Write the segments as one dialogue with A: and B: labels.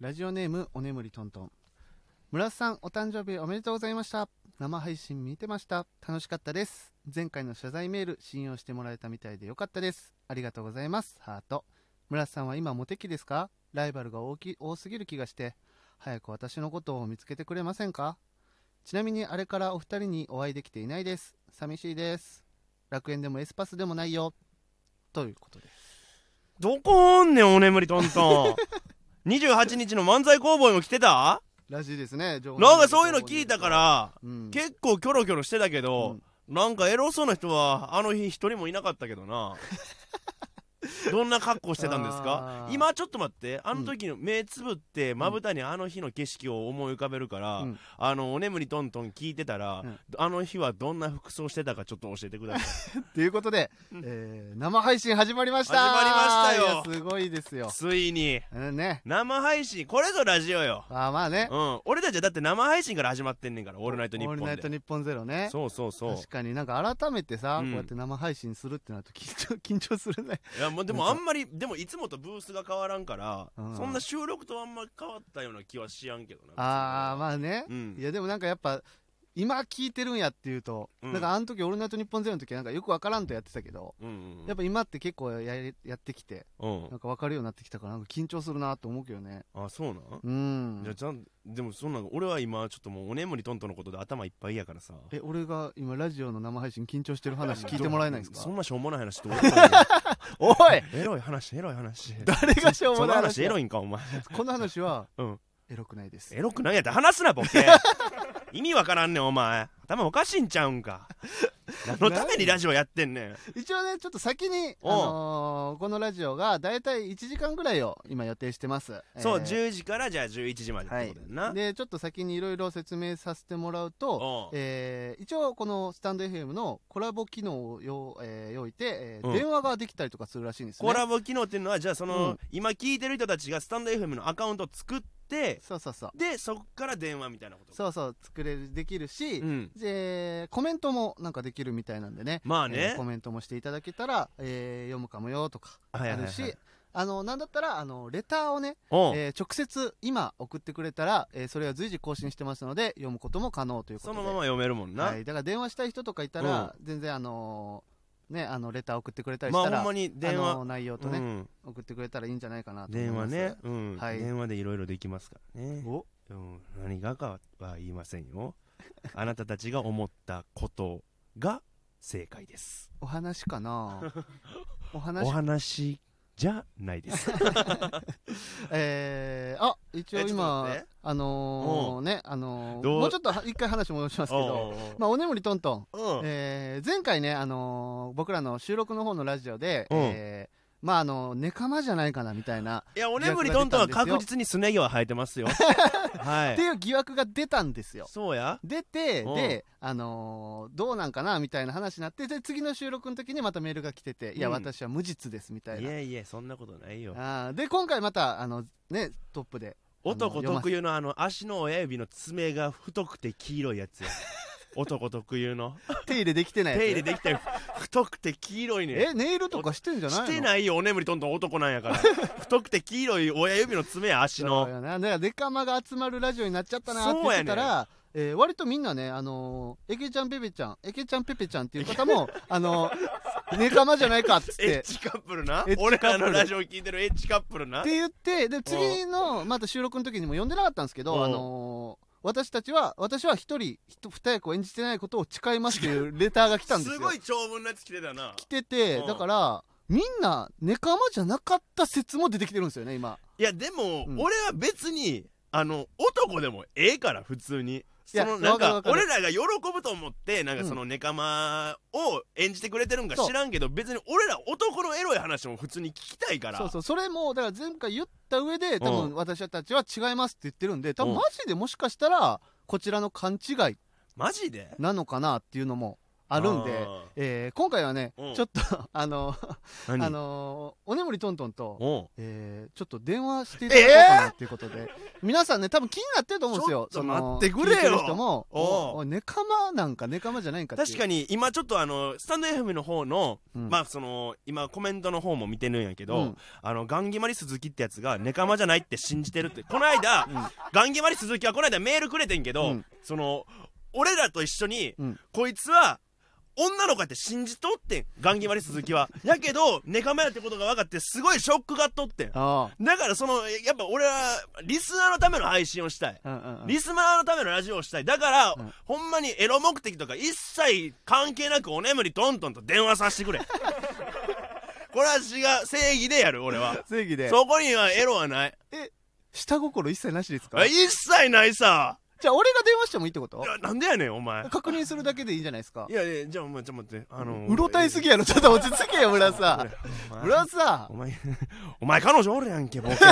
A: ラジオネームおねむりとんとん村瀬さんお誕生日おめでとうございました生配信見てました楽しかったです前回の謝罪メール信用してもらえたみたいでよかったですありがとうございますハート村瀬さんは今モテ期ですかライバルが大き多すぎる気がして早く私のことを見つけてくれませんかちなみにあれからお二人にお会いできていないです寂しいです楽園でもエスパスでもないよということです
B: どこおんねんお眠りトント ン28日の漫才工房にも来てた
A: らしいですね情報
B: なんかそういうの聞いたから
A: うん
B: 結構キョロキョロしてたけど、なんかエロそうな人はあの日一人もいなかったけ どなどんな格好してたんですか
A: あー
B: 今ちょっと待ってあの時の目つぶってまぶたにあの日の景色を思い浮かべるから、
A: うん
B: あのお眠りトントン聞いてたら、
A: うん
B: あの日はどんな服装してたかちょっと教えてく ださい
A: ということで、えー生配信始まりました
B: 始まりました
A: いやすごいですよ、
B: ついに
A: うんね
B: 生配信これぞラジオよ
A: あーまあね
B: うん、俺たちはだって生配信から始まってんねんから「オ
A: オ
B: ールナイトニッポン
A: オールナイ
B: で
A: トニッポンゼロね
B: そうそうそう
A: 確かになんか改めてさ、
B: うん
A: こうやって生配信するってなると緊張 緊張するね
B: いやもうでもあ
A: なんか
B: んまりでもいつもとブースが変わらんから、
A: うん
B: そんな収録とあんま変わったような気はしやんけどな
A: ああまあね、
B: うん
A: いやでもなんかやっぱ今聞いてるんやっていうと、
B: うん
A: なんかあの時「オールナイトニッポンゼロの時はなんかよくわからんとやってたけど、
B: うんうんうん
A: やっぱ今って結構やれやってきて
B: うん
A: なんかわかるようになってきたからなんか緊張するなと思うけどね
B: あそうなん、
A: うん
B: じゃあちゃんでもそんなん俺は今ちょっともうおねむりトントンのことで頭いっぱいやからさ
A: え俺が今ラジオの生配信緊張してる 話聞いてもらえないんです
B: そ
A: か
B: んなしょうもない話どう やったら
A: おい
B: いいのエロい話エロ い話
A: 誰がしょう
B: そ
A: も
B: の
A: ない
B: 話エロ
A: い
B: いんかお前
A: この話は、
B: うん
A: エロくないです
B: エロくないやって話すなボ ケ意味わからんねんお前頭おかしいんちゃうんか何のためにラジオやってんねん
A: 一応ねちょっと先に、あ
B: おう
A: のーこのラジオがだいたい1時間ぐらいを今予定してます
B: そう、
A: えー
B: 10時からじゃあ11時までっ
A: は
B: て
A: い
B: ことだよな、
A: でちょっと先にいろいろ説明させてもらうと
B: おう、
A: えー一応このスタンド FM のコラボ機能を用,、えー用いて、えー
B: うん
A: 電話ができたりとかするらしいんですね
B: コラボ機能っていうのはじゃあそ
A: う
B: の、
A: ん
B: 今聞いてる人たちがスタンド FM のアカウントを作って
A: そうそうそう
B: でそっから電話みたいなこと
A: そうそう作れるできるし、
B: うん
A: でコメントもなんかできるみたいなんでね
B: まあね
A: えーコメントもしていただけたら、えー読むかもよとかあ
B: はいはいはい
A: る
B: はい
A: し、あのなんだったらあのレターをね、
B: おう
A: えー直接今送ってくれたら、えーそれは随時更新してますので読むことも可能ということ
B: そ
A: で
B: のまま読めるもんな、
A: はい、だから電話したい人とかいたら、全然あのーねあのレター送ってくれたり
B: ま
A: し
B: あほ
A: たら、
B: んまに電話、
A: あのー内容とね、
B: うん、
A: 送ってくれたらいいんじゃないかなと思い
B: 電
A: ま
B: 話
A: す
B: ね、うん
A: はい
B: 電話でいろいろできますからね、
A: お
B: うん、何がかは言いませんよあなたたちが思ったことが正解です
A: お話か なお話
B: お話じゃないです
A: えー、あ一応
B: えちょっと
A: 今
B: 待って
A: あのー、ねあのー、
B: どう
A: もうちょっとは一回話戻しますけど
B: おうおう
A: まあおねむりトントン、
B: おううん
A: えー前回ねあのー僕らの収録の方のラジオで、
B: うん
A: えーまああのネカマじゃないかなみたいな、
B: いや、おねむりどんどんは確実にすね毛は生えてま すよ。は
A: って
B: い。
A: いう疑惑が出たんですよ
B: そうや。
A: 出て
B: うん
A: であのーどうなんかなみたいな話になってで次の収録の時にまたメールが来てて、いや
B: うん
A: 私は無実ですみたい
B: い
A: な
B: やいや、そんなことないよ。
A: あーで今回またあのねトップで
B: 男特有のあの足の親指の爪が太くて黄色い やつや。男特有の。
A: 手入れできてないや
B: 手
A: つ
B: 入れできて太くて黄色いね。
A: えネイルとかしてんじゃないの
B: してないよ、おねむりどんどん男なん やから。太くて黄色い親指の爪や、足
A: そう
B: の。
A: よなだからデカマが集まるラジオになっちゃったなって
B: そう
A: 言っ
B: やね
A: てたら、えー割とみんなね、あのー、エケちゃんペペちゃんエケちゃんペペちゃんっていう方 もあのー、ネカマじゃないかっつっ
B: エッ
A: て。
B: チカップルな
A: エッチ。カップ
B: 俺
A: ル
B: らのラジオ聞いてるエッチカップルな
A: って。言ってで次のまた収録の時にも呼んでなかったんですけ
B: うん
A: ど、あのー私たちは私は一人ひと二役を演じてないことを誓いますっていうレターが来たんですよ
B: すごい長文のやつ来てたな。
A: 来てて、
B: うん
A: だからみんなネカマじゃなかった説も出てきてるんですよね今
B: いやでも、
A: うん
B: 俺は別にあの男でもええから普通に
A: い
B: そ
A: や
B: のなん
A: わ
B: か
A: かるわかる
B: 俺らが喜ぶと思ってなんか
A: うん
B: そのネカマを演じてくれてるんか
A: そう
B: 知らんけど、別に俺ら男のエロい話も普通に聞きたいから
A: そうそうそれもだから前回言った上で多
B: うん
A: 分私たちは違いますって言ってるんで多
B: う
A: 分
B: ん
A: マジでもしかしたらこちらの勘違い
B: マジで
A: なのかなっていうのもあるんで、
B: あ
A: えー今回はね、
B: うん
A: ちょっと、 あの、
B: ー何
A: あのーおねむりトントンと、
B: おう
A: えーちょっと電話していただこうかなっていうことで、皆さんね、多分気になってると思うんですよ。
B: ちょっと
A: その
B: 待ってくれよ
A: 聞いてる人も、
B: おう
A: おお、ネカマなんかネカマじゃないんかっていう。
B: 確かに今ちょっとあのスタンド FM の方の、
A: うん
B: まあその今コメントの方も見てるんやけど、
A: うん
B: あのガンギマリ鈴木ってやつがネカマじゃないって信じてるってこの間、ガンギマリ鈴木はこの間メールくれてんけ
A: う
B: ど、
A: ん
B: その俺らと一緒に、
A: うん
B: こいつは女の子やって信じとってんガンギマリ鈴木はやけどネカマやってことが分かってすごいショックがあっとってん
A: あ
B: だからそのやっぱ俺はリスナーのための配信をしたい
A: あ、うんうんうん
B: リスナーのためのラジオをしたいだから、
A: ん
B: ほんまにエロ目的とか一切関係なくお眠りトントンと電話させ てくれこれは違う正義でやる俺は
A: 正義で。
B: そこにはエロはない
A: 下心一切なしですか
B: 一切ないさ
A: じゃあ、俺が電話してもいいってこと
B: いやなんでやねんお前
A: 確認するだけでいいんじゃないですか
B: いやいやじゃあお前ちょっと待ってあの
A: うろたえすぎやろ、ちょっと落ち着けよ、村
B: お
A: さ
B: 前
A: ん。 村さ
B: お前お前彼女おるやんけボケ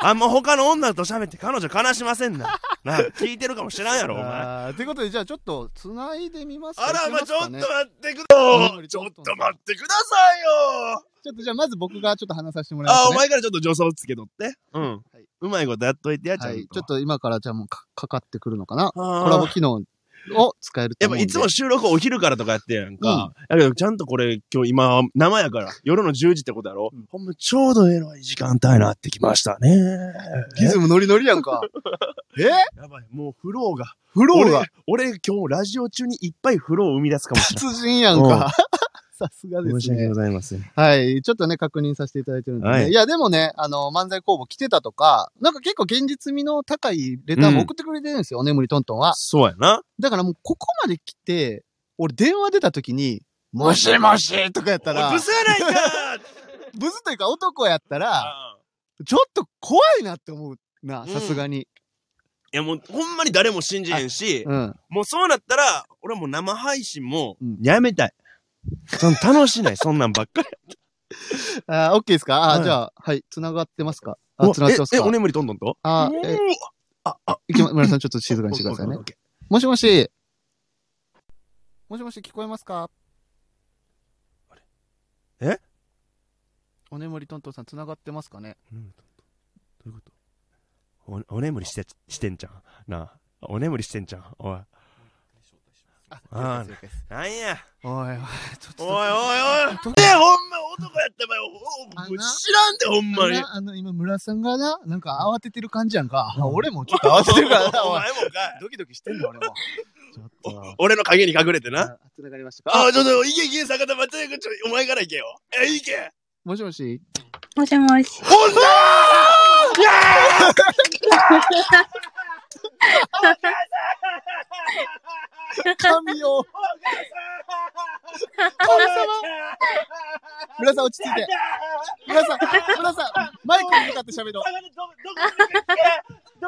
B: あんま他の女と喋って彼女悲しませんななあ聞いてるかもしらんや
A: ん。
B: ろお前あ
A: あーということで、じゃあ、ちょっと、つないでみますか。
B: ら
A: 行き
B: まあ
A: ます
B: ちょっ
A: か
B: と
A: ね
B: 待ってくだ
A: お
B: よ
A: 眠り
B: ち
A: トン
B: ょ
A: トン
B: っと待ってくださいよ
A: ちょっと、じゃあ、まず僕がちょっと話させてもらいます、
B: あ、
A: ね。
B: お前からちょっと助走つけとって。うん。
A: いう
B: まいことやっといてや、ちゃん
A: は
B: と。
A: い、ちょっと今からじゃあもうかかかってくるのかな。
B: あー
A: コラボ機能を使えると
B: やっ
A: 思
B: ぱ
A: うんで。
B: いつも収録お昼からとかやってやんか。だけどちゃんとこれ今日今生やから夜の10時ってことやろ、ほんまちょうどエロい時間帯になってきましたね。
A: リズムノリノリやんか。 え
B: やばい、もうフローが。
A: フローが
B: 俺俺今日ラジオ中にいっぱいフローを生み出すかもしれない。
A: 達人やんか。 さすがで
B: 申
A: す
B: し訳
A: ね
B: ご。ざいません。
A: はい。ちょっとね、確認させていただいてるんで、ね
B: はい
A: い。や、でもね、あの、漫才工房来てたとか、なんか結構現実味の高いレターも送ってくれてるんですよ、お眠りトントンは。
B: そうやな。
A: だからもうここまで来て、俺電話出た時に、もしもしとかやったら、
B: おい
A: ブ
B: ブスやないか
A: スというか男やったら、
B: あ
A: ちょっと怖いなって思うな、さすがに。
B: いやもうほんまに誰も信じへんし、
A: うん。
B: もうそうなったら、俺もう生配信も
A: うん
B: やめたい。その楽しない、そんなんばっ かり。
A: あー、オッケーですかあー、
B: はい
A: じゃあ、はい、繋がってますか
B: う
A: あ、
B: わ
A: 繋がってます
B: え、え
A: か
B: お眠りどんどんと
A: あ
B: う
A: ー、
B: わ
A: え、いきま、村さんちょっと静かにしてくだ さいね。もしもし。もしもし、聞こえますか
B: あれえ
A: おねむりとんとんさん、繋がってますかね
B: どういうことおお眠りして、してんじゃん。なあ。お眠りしてんじゃん。おい。
A: あ、
B: あー
A: 了解です
B: なんや。
A: おいおい、ちょっ
B: お
A: と。
B: いおいおい。え、ほんま男やった場合、おお
A: あな
B: 知らんで、ほんまに
A: あ。のあの、今、村さんがな、なんか慌ててる感じやんか。あ俺もちょっと慌ててるからな、
B: お
A: おい。
B: 前もかい。
A: ドキドキしてんの、俺も。ちょっ と。
B: 俺の影に隠れてな。
A: あ繋がりましたか
B: あ、ちょっと、いけいけ、坂田松也君、ちょ、お前からいけよ。え、いけ。
A: もしもし。
C: もしもし。
B: ほんだーいやー
A: 神よ神様村さん落ち着いて。村さん、村さん、マイクに向かって喋ろう。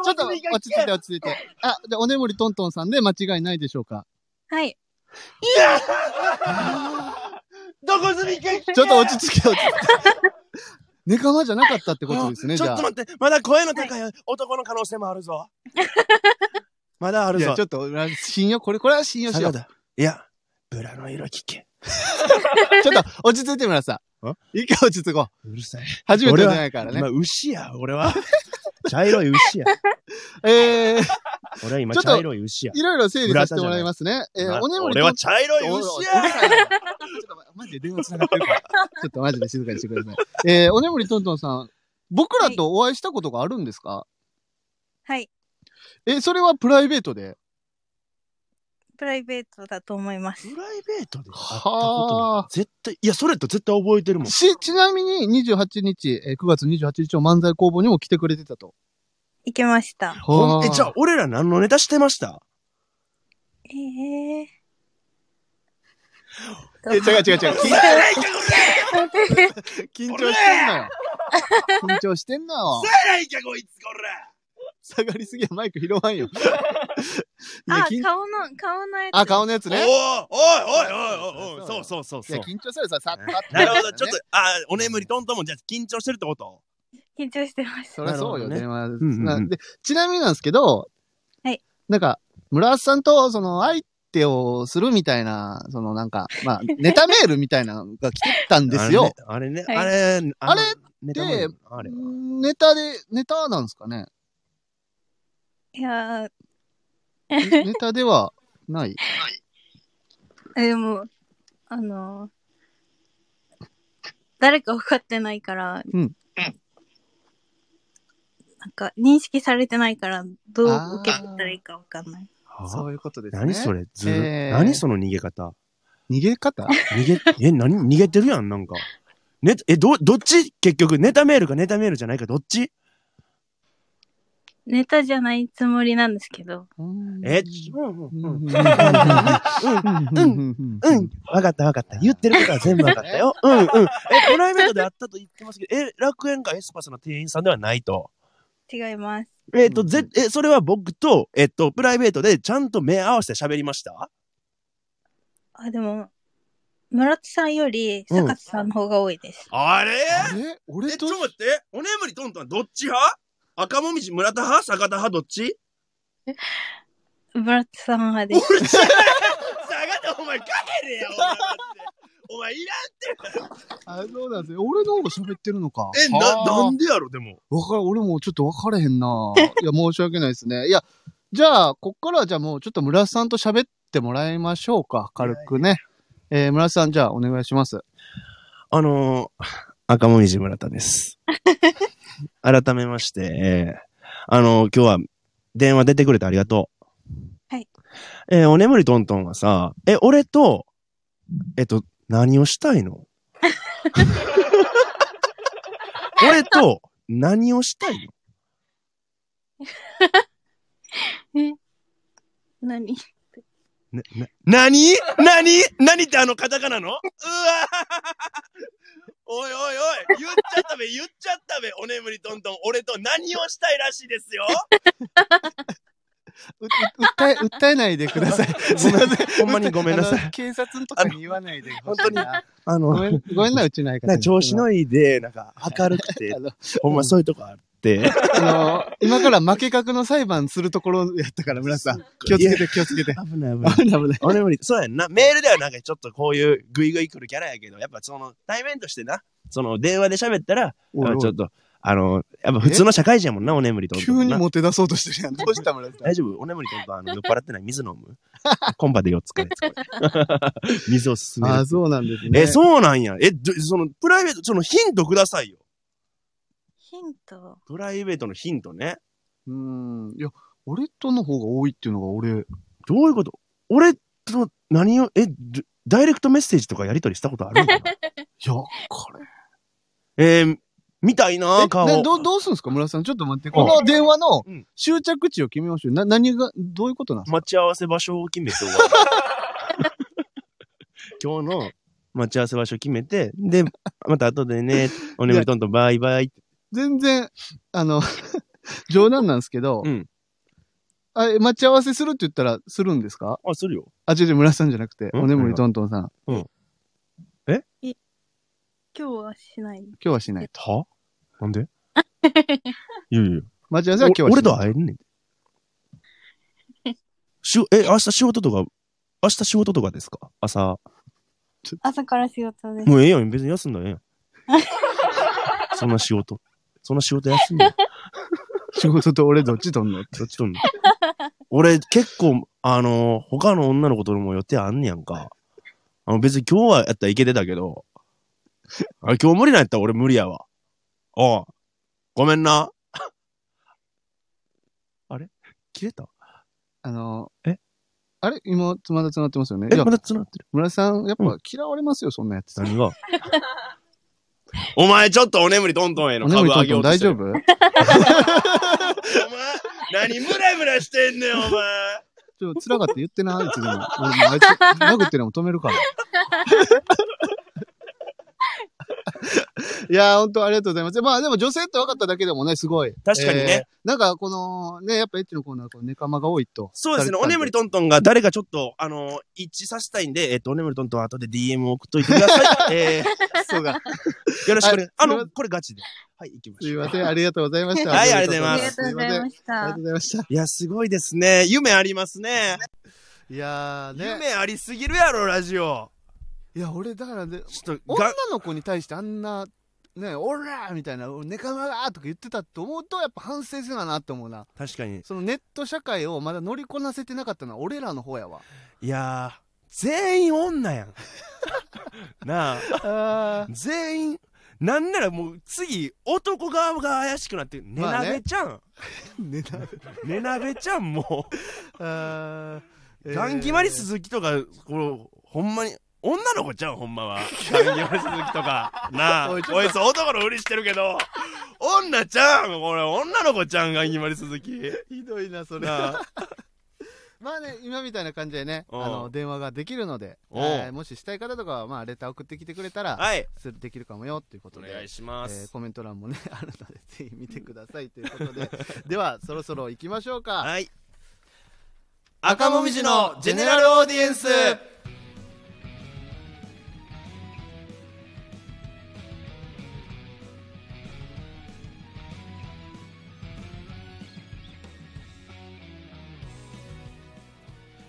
A: ちょっと落ち着いて落ち着いて。あ、で、おねもりトントンさんで間違いないでしょうか。
C: はい。
B: どこ住みか
A: ちょっと落ち着け、落ち着け。ネカマじゃなかったってことですね、
B: ち
A: じ
B: ょ
A: ゃあ
B: っと。待って、まだ声の高い男の可能性もあるぞ。まだある
A: いや、
B: ぞ
A: ち。ょっと、信用、これ、これは信用しよう。
B: 坂田いや、ブラの色聞け。
A: ちょっと、落ち着いて、村さん
B: ん。
A: 一回落ち着こう。
B: うるさい。
A: 初めてじゃないからね。
B: 今、牛や、俺は。 茶色い牛や。
A: えー、
B: 俺は今、
A: ちょっと
B: 茶色い牛や。
A: いろいろ整理させてもらいますね。え
B: な
A: ー、おねもり
B: 俺は茶色い牛や
A: うるさいなちょっとマジで電話繋がってるから。ちょっとマジで静かにしてください。えー、おねむりとんとんさん、僕らとお会いしたことがあるんですか、
C: はい。
A: え、それはプライベートで
C: プライベートだと思います
B: プ。ライベートで会ったことない
A: はあ。
B: 絶対、いや、それと絶対覚えてるもん。
A: し、ちなみに28日、えー9月28日の漫才工房にも来てくれてたと。
C: 行けました。
B: ほんえ、じゃあ、俺ら何のネタしてました
C: ええ
A: え、違う違う違う。緊張緊張してんのよ。緊張して んのよ。
B: やないか、こいつ、こら。
A: 下がりすぎやマイク拾わん よ。いや
C: あ、
A: 緊
C: 顔の、顔のやつ。
A: あ、顔のやつね。
B: おいおいおいおいおいおい、
A: そ
B: そううそうそう
A: い
B: そ
A: や、
B: う。
A: 緊張するさ、さっと。
B: なるほど、ちょっと、あ、お眠りトントンもじゃあ緊張してるってこと
C: 緊張してました
A: そ。りゃそうよ、
B: なる
A: 電話、
B: んうんうん
A: なで。ちなみになんですけど、
C: はい
A: なんか、村瀬さんと、その、相手をするみたいな、そのなんか、まあ、ネタメールみたいなのが来てたんですよ。
B: あれね、
C: はい
B: あれね、あれ、
A: あれって
B: あれ、あれは、
A: ネタで、ネタなんですか ね
C: いやー、
A: ネネタではない。
C: えでも、あのー誰か分かってないから、
A: うんうん
C: なんか、認識されてないから、ど
A: あー
C: う受け取ったらいいか分かんない。
A: そういうことですね。
B: 何それずる、
A: えー
B: 何その逃げ方
A: 逃げ 方
B: 逃げ、え、何逃げてるやん、なんか。ね、え、ど、どっち結局、ネタメールかネタメールじゃないか、どっち
C: ネタじゃないつもりなんですけど、
B: え、
A: う
B: うん、うん、
A: ん
B: うん、
A: うん
B: んうん、わかったわかった。言ってることは全部わかったよ。うん、うん。え、プライベートであったと言ってますけど、え、楽園会エスパスの店員さんではないと。
C: 違います。
B: えっ、と、
A: うん
B: ぜ、え、それは僕と、えっ、と、プライベートでちゃんと目合わせて喋りました
C: あ、でも、村田さんより、
B: うん
C: 坂田さんの方が多いです。
B: あれ
A: あれ俺
B: え、ち
A: と
B: ょっと待って、おねむりトントンはどっち派赤もみじ村田派坂田派どっち
C: 村田さん派です。
B: 坂田お前帰れよお前い
A: あそうなんですね。俺の方が喋ってるのか。
B: らんえ、な、
A: あー
B: なんでやろでも。
A: わかる、俺もちょっと分かれへんないや、申し訳ないですね。いや、じゃあ、こっからはじゃあもうちょっと村瀬さんと喋ってもらいましょうか。軽くね。えー、村瀬さん、じゃあお願いします。
B: あのー、赤もみじ村田です。 改めまして、えーあのー、今日は電話出てくれてありがとう。
C: はい。
B: えーおねむりトントンはさ、え、俺と、えっと、何をしたい の俺と、何をしたいの
C: 何
B: な、な、なになになにってあのカタカナのうわおいおいおい言っちゃったべ言っちゃったべおねむりトントン俺と何をしたいらしいですよ
A: うう訴え、訴えないでください。すいません。
B: ほんまにごめんなさい
A: あの警察とかに言わないでほしいな。
B: あ
A: ごめ
B: の、
A: ん、ごめんな、うちないか
B: なん
A: ら。
B: か調子のいいで、なんか明るく
A: あ
B: て、
A: の、
B: ほんまそういうとこあ って。
A: あの、今から負け格の裁判するところやったから、村瀬さん。気をつけて、気をつけて。
B: 危ない危ない。
A: 危ない危ない。
B: 俺もそうやんな。メールではなんかちょっとこういうグイグイ来るキャラやけど、やっぱその対面としてな、その電話で喋ったら、
A: おいおい
B: ちょっと、あの、やっぱ普通の社会人やもんな、おねむりとんとん
A: 急に
B: な。
A: モテ出そうとしてるやん。どうした、村瀬さん。
B: 大丈夫おねむりとんとんあの酔っ払ってない水飲む コンパで4つかやつこれ 水を進める
A: あ。あ、そうなんですね。
B: え、そうなんや。え、どそのプライベート、そのヒントくださいよ。
C: ヒント
B: プライベートのヒントね。
A: うーん。いや、俺との方が多いっていうのが俺、
B: どういうこと俺と何を、え、どダイレクトメッセージとかやり取りしたことあるんかな
A: いや、これ。
B: えー、見たいな
A: え
B: ぁ、顔。
A: などうどうするんですか村さん。ちょっと待って。
B: う
A: こ
B: ん
A: の電話の
B: うん
A: 終着地を決めましょう。な、何が、どういうことなんですか
B: 待ち合わせ場所を決めて 終わる今日の待ち合わせ場所決めて、で、また後でね、おねむりとんとんバイバイって。
A: 全然、あの、 冗談なんですけど、
B: うん
A: あえ待ち合わせするって言ったらするんですか
B: あ、するよ。
A: あ、違う違う、村さんじゃなくて、
B: うん
A: おねむりトントンさん。
C: 今日はしない。
A: 今日はしない。
B: はな んでいやいや。
A: 待ち合わせは今日はしない。
B: 俺と会えんねん。 しゅえ、明日仕事とか、明日仕事とかですか朝。
C: 朝から仕事です。
B: もうええやん。別に休んだらええ やん。そんな仕事。そんな仕事休んだら。
A: 仕事と俺どっちとん の
B: どっちとんの俺結構、あのー他の女の子とも予定あんねやんか。あの別に今日はやったらいけてたけど、あ今日無理なんやったら俺無理やわ。おうごめんな。 あれ切れた
A: あの、
B: え
A: あれ今、つまだつなってますよね。
B: え、
A: いや
B: ま、だ繋がってる。
A: 村さん、やっ
B: う
A: ぱ嫌われますよ、そんなやつ。
B: 何がお前ちょっとお眠りトントンへの
A: おねむ
B: 株
A: りト
B: 上
A: ン
B: げ
A: ト
B: よ
A: ン大
B: うとして
A: 丈
B: る
A: 夫
B: お前何ムラムラしてんねんお前
A: ちょ、辛かって言ってな、あいつでも。俺もうあいつ、殴ってでも止めるから。いやー、本当ありがとうございます。まあでも女性って分かっただけでもね、すごい。
B: 確かにね
A: えー。なんかこの、ね、やっぱエッチのコーナー、このネカマが多いと。
B: そうですねお眠りトントンが誰かちょっとあの一致させたいんでえっとお眠りトントン後で DM を送っといてく ださいえ
A: そうが。
B: ー、よろしくお願い
A: はい
B: あ
A: すいま
B: のこれガチではい行きますし
A: い
B: ょう
A: ません、ありがとうございました。
B: はいありがとうござい
C: あ
B: ま
C: りが
B: す
C: とうございまし
A: ありが
C: た
A: とう。ございました。
B: いやすごいですね夢ありますね
A: いやーね
B: 夢ありすぎるやろ、ラジオ。
A: いや俺だからね
B: ちょっと、
A: 女
B: が、
A: の子に対してあんなねオラーみたいなネカマがーとか言ってたって思うとやっぱ反省するなって思うな
B: 確かに。
A: そのネット社会をまだ乗りこなせてなかったのは俺らの方やわ
B: いやー、全員女やん。 なあ、
A: あ
B: 全員。なんならもう次、男側が怪しくなって、ね
A: まあ
B: な
A: ね
B: べちゃん。
A: ねだ
B: ねなべちゃんもう、
A: あー
B: ガンギマリ鈴木とか、この、ほんまに、女の子ちゃん、ほんま は。ガンギマリ鈴木とか。なあ、
A: おいちょっと
B: こいつ男のふりしてるけど、女ちゃんこれ、女の子ちゃん、ガンギマリ 鈴木。
A: ひどいなそれ
B: なあ。
A: まあね今みたいな感じでね
B: うん
A: あの電話ができるので、
B: うん
A: はいもししたい方とかはまあレター送ってきてくれたら
B: はい。
A: するできるかもよっていうこと
B: お
A: で
B: 願いします。
A: えーコメント欄もね あるのでぜひ見てくださいということでではそろそろ行きましょうか、
B: はい。
A: 赤もみじのジェネラル
B: オーディエンス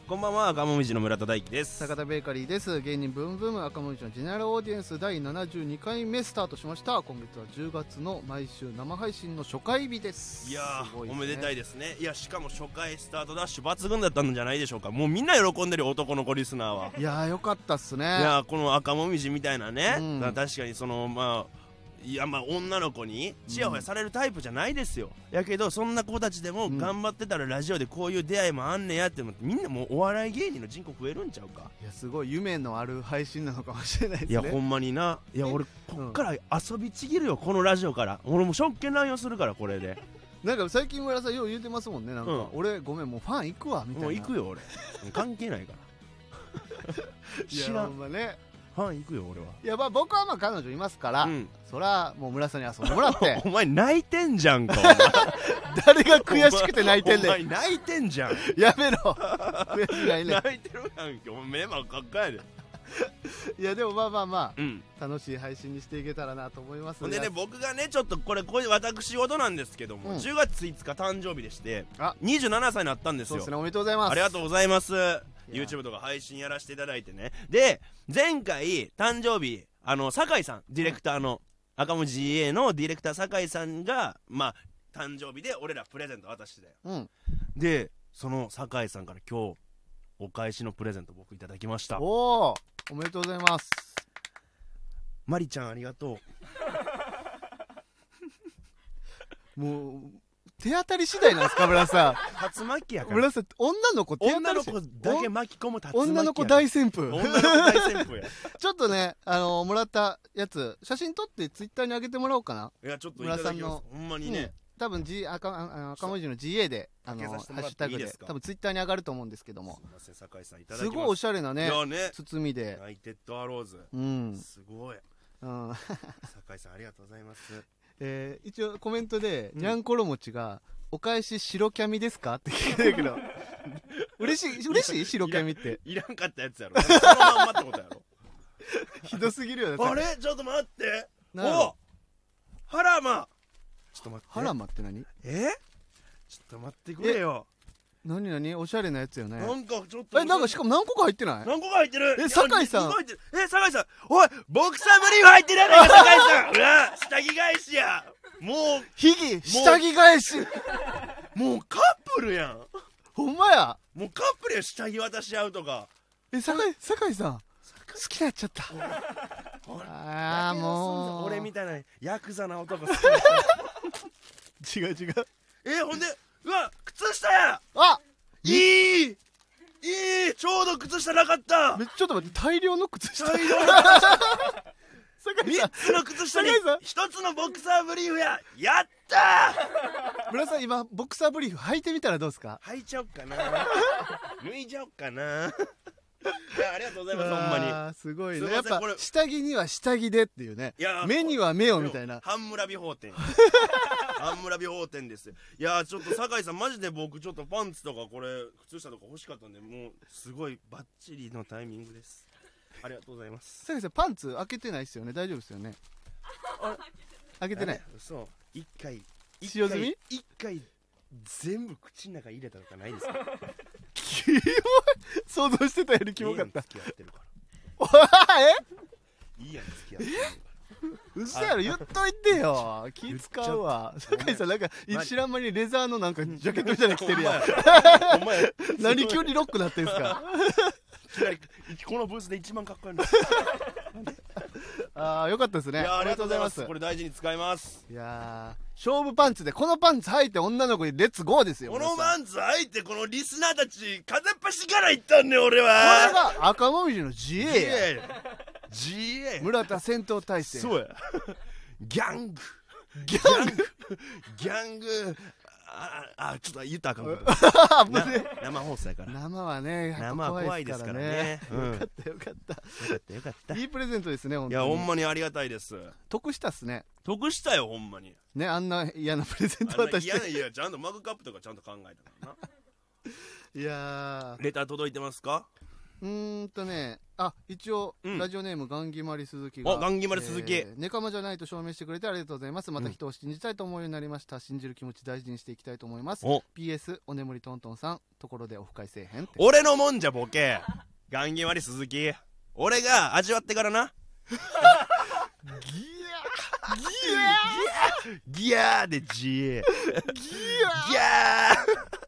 B: こんばんは、赤もみじの村田大樹です。
A: 坂田ベーカリーです芸人ブームブーム赤文字のジェネラルオーディエンス第72回目スタートしました今月は10月の毎週生配信の初回日です
B: いやー
A: すご
B: おめでたい
A: で
B: ですねいやしかも初回スタートダッシュ抜群だったんじゃないでしょうかもうみんな喜んでる男の子リスナーは
A: すねいやーよかったっすね
B: いやーこの赤もみじみたいなね、
A: うん
B: だから確かにそのまあいやまあ女の子にちやほやされるタイプじゃないですよ、やけどそんな子たちでも
A: うん
B: 頑張ってたらラジオでこういう出会いもあんねやって思ってみんなもうお笑い芸人の人口増えるんちゃうか
A: いやすごい夢のある配信なのかもしれないです
B: い
A: ね
B: やほんまにないや
A: え
B: 俺こっから遊びちぎるよこのラジオから俺もう職権乱用するからこれで
A: なんか最近村さんよう言うてますもんねなんか、
B: うん
A: 俺ごめんもうファン行くわみたいな
B: もう行くよ俺関係ないから
A: いや
B: 知ら
A: ほ ん
B: ん
A: まね
B: ファン行くよ俺はい
A: やまあ僕はまあ彼女いますから、
B: うん
A: そらもう村さんに遊んでもらって
B: お前泣いてんじゃんか
A: 誰が
B: お前
A: 悔しくて泣いてん
B: お
A: ね
B: 前泣いてんじゃん
A: んやめろ悔しくないね
B: 泣いてるやんけお前目真っ赤っかやで
A: いやでもまあまあまあ
B: うん
A: 楽しい配信にしていけたらなと思います
B: ほんでね僕がねちょっとこれこういう私事なんですけども、
A: うん
B: 10月1日誕生日でして
A: あ
B: 27歳になったんです
A: そう
B: よ
A: ですねおめでとうございます
B: ありがとうございます
A: や
B: YouTube とか配信やらせていただいてねで前回誕生日あの酒井さんディレクターの赤文字 GA のディレクター酒井さんがまあ誕生日で俺らプレゼント渡してたよ
A: うん
B: でその酒井さんから今日お返しのプレゼント僕いただきました
A: おおおめでとうございます
B: マリちゃんありが とう
A: もう手当たり次第なんですか村 さ
B: 竜巻や
A: ん
B: から
A: 村さん女の子手当た
B: 女
A: り
B: の
A: 次
B: 子
A: 第
B: だけ巻き込む竜巻やから
A: 女の子大旋風
B: 女の子大旋風や
A: ちょっとねあのもらったやつ写真撮ってツイッターに上げてもらおうかない
B: やちょっといただき
A: 村
B: ます
A: さ
B: ほんまにね、
A: うん多分 G 赤ああの赤文字の GA であの
B: 上げ
A: ハ
B: させてもら
A: ッ
B: って
A: シュタグ
B: いい
A: で
B: ですか
A: 多分ツイッターに上がると思うんですけども
B: すいません酒井さんいただき
A: す
B: ます
A: ごいおしゃれないね
B: やね
A: 包みで
B: ナイテッドアローズ、
A: うん、
B: すごい
A: うん、
B: 酒井さんありがとうございます
A: えー一応コメントで、
B: うん
A: にゃんころ餅が、お返し白キャミですかって聞いてるけど。 嬉しい、嬉しい白キャミって。
B: いらんかったやつやろそのまんまってこと やろ
A: ひどすぎるよね。
B: あれちょっと待って
A: なあ
B: おハラマちょっと待って
A: ハラマって何
B: えちょっと待ってくれよ
A: 何何おしゃれなやつよね
B: な。んかちょっと
A: え、なんかしかも何個か入ってない
B: 何個か入ってる
A: え酒井さん
B: いやすごい入ってるえ酒井さんおいボクサーブリーフ入ってる やないか酒井さんうわ下着返しやも
A: ひぎ下着返し
B: うもうカップルやん
A: ほんまや
B: もうカップルやん下着渡し合うとか
A: え、酒井、酒井さん。好きになっちゃった。ああ、もう。
B: 俺み
A: た
B: たいなヤクザな男好き
A: 違う違う。
B: えほんでうわ靴下や
A: あ
B: いいいいちょうど靴下なかった
A: めちょっと待って、大量の靴下。
B: 大量の靴
A: 酒井さん。
B: 下三つの靴下に
A: 酒井さん
B: 一つのボクサーブリーフややったー
A: 村さん、今、ボクサーブリーフ履いてみたらどうですか
B: 履いちゃおっか な脱いじゃおっか ないやありがとうございますほんま
A: あーすごい
B: すい
A: ね
B: ま
A: や
B: せ
A: っ
B: ん
A: ぱ
B: これ
A: 下着には下着でっていうね
B: いやー
A: 目には目を
B: に
A: みたいな
B: 半村美法店 半村美法店ですいやちょっと酒井さんマジで僕ちょっとパンツとかこれ靴下とか欲しかったんでもうすごいバッチリのタイミングですありがとうございます
A: さやさんパンツ開けてないですよね大丈夫ですよね開けてない
B: そう一回
A: 使用済み
B: 一回一回全部口の中入れたとかないですか
A: キモい想像してたより キモかった
B: いいやん付き合ってるから
A: おい
B: いいやん付き合ってるから
A: え嘘やろ言っといて よ気使うわ
B: 言っちゃった
A: 酒井さんなんか
B: 何
A: 知らん間にレザーのなんかジャケットみた いなの着てるやん
B: お前い
A: 何急にロックなってんす か
B: きなりこのブースで一番かっ こいいのい
A: ああよかったですね
B: やありがとうございます
A: あり
B: こ
A: がとうござ
B: れ大事に使います
A: いやー勝負パンツでこのパンツ履いて女の子にレッツゴーですよ
B: この
A: 皆さ
B: 漫
A: ん
B: 才ってこのリスナーたち片っ端から言ったんね俺
A: これ
B: は
A: が赤もみじの自
B: 自
A: 衛や
B: 衛自衛
A: 村田戦闘大勢
B: そうやギャング
A: ギャング
B: ギャングあああちょっと言ったらあかん こ と
A: あぶ
B: な
A: ね
B: 生放送やから
A: 生はね
B: 生は怖いですからね
A: 怖い
B: う
A: で
B: ん
A: すからねよかったよかっ
B: よかったよかった
A: たいいプレゼントですね本
B: いやほ
A: 当
B: ん
A: に
B: まにありがたいです
A: 得したっすね
B: 得したよほんまに
A: ねあんな嫌なプレゼント
B: あんな
A: 渡し
B: いや
A: て
B: いやちゃんとマグカップとかちゃんと考えたからない
A: やー
B: レター届いてますか
A: うーんとねあ一応、
B: うん
A: ラジオネームガンギマリ鈴木が
B: おガンギマリ鈴木
A: えーネカマじゃないと証明してくれてありがとうございますまた人を信じたいと思うようになりました、信じる気持ち大事にしていきたいと思います
B: お
A: PS お眠りトントンさんところでオフ会せえへんって
B: 俺のもんじゃボケガンギマリ鈴木俺が味わってからなギャーで自衛ギャー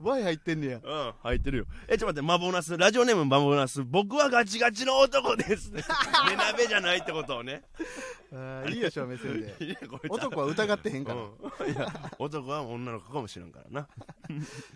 A: Y 入ってんねや
B: うん入ってるよえちょっと待ってマボナスラジオネームマボナス僕はガチガチの男です ね鍋じゃないってことをね
A: あーいいよ証明す るんで
B: いやこいつ
A: 男は疑ってへんから、
B: うんいや男は女の子かもしれんからな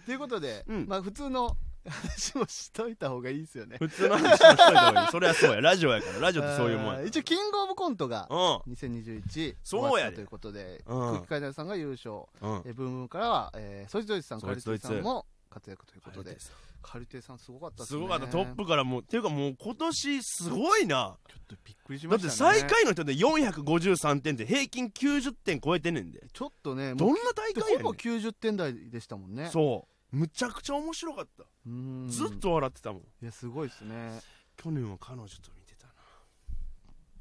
A: ということで、
B: うん
A: まあ普通の話もしといた方がいいですよね
B: 普通の話もしといた方がいいそれはそうやラジオやからラジオってそういうもん
A: あ
B: や
A: ー一応キングオブコントが
B: う
A: 2021
B: そうやで
A: 終わったということで、
B: うん
A: 空気階段さんが優勝、
B: んうん
A: えーブームブームからは、えー、そいつどいつさん
B: そ
A: カ
B: い
A: ル
B: つ
A: テ
B: ど
A: ィ
B: いつ
A: さんも活躍ということでカルティさんすごかったですね
B: ごかったトップからもうっていうかもう今年すごいな
A: ちょっとびっくりし
B: だ
A: ま
B: っ
A: した
B: て
A: ね
B: 最下位の人で453点って平均90点超えてんねんで
A: ちょっとね
B: どん
A: もう
B: な大会や
A: ほ
B: ね
A: ぼ
B: ん
A: 90点台でしたもんね
B: そうむちゃくちゃ面白かった
A: うーん
B: ずっと笑ってたもん
A: いやすごいですね、
B: 去年は彼女と見てたな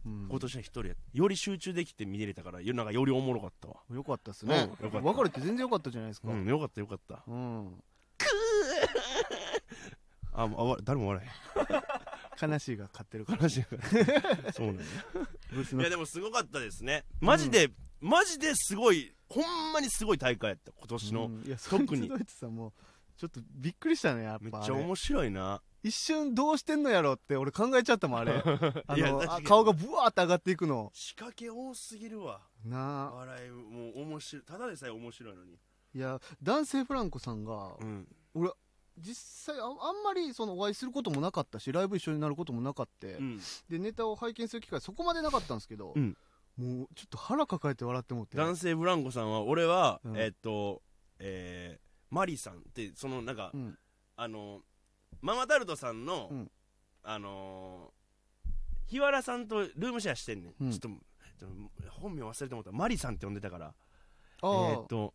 A: うん
B: 今年は一人やより集中できて見れれたからよなんかよりおもろかったわ
A: よかったですね
B: うんよかった
A: 別れて全然よかったじゃないですか
B: うんよかったよかった
A: うん
B: あもうあわ誰も 笑
A: 悲しいが買ってるか
B: えへん
A: ら
B: 悲し いそうなんや
A: ブース
B: い
A: の
B: やでもすごかったですねマジで、マジですごいほんまにすごい大会やった今年の、
A: うんいや
B: 特
A: そいつ
B: に
A: ドイツさんもちょっとびっくりしたねやっ
B: めっ
A: ぱあ
B: ちゃ
A: れ
B: 面白いな
A: 一瞬どうしてんのやろって俺考えちゃったもん あれあ
B: いや
A: の
B: 確か
A: あ
B: に
A: 顔がブワーって上がっていくの
B: 仕掛け多すぎるわ
A: なあ
B: 笑いもう面白いただでさえ面白いのに
A: いや男性フランコさんが
B: うん
A: 実際ああんまりそのお会いすることもなかったしライブ一緒になることもなかった、
B: うん
A: でネタを拝見する機会そこまでなかったんですけど、
B: うん
A: もうちょっと腹抱えて笑ってもって
B: 男性ブランコさんは俺は、
A: うん
B: えっとえー、マリさんってそのなんか、
A: うん
B: あのママタルトさんの、
A: うん
B: あのー日原さんとルームシェアしてんねん、
A: うん
B: ちょっとちょっと本名忘れてもったマリさんって呼んでたから
A: あ
B: え
A: あ、
B: ーっと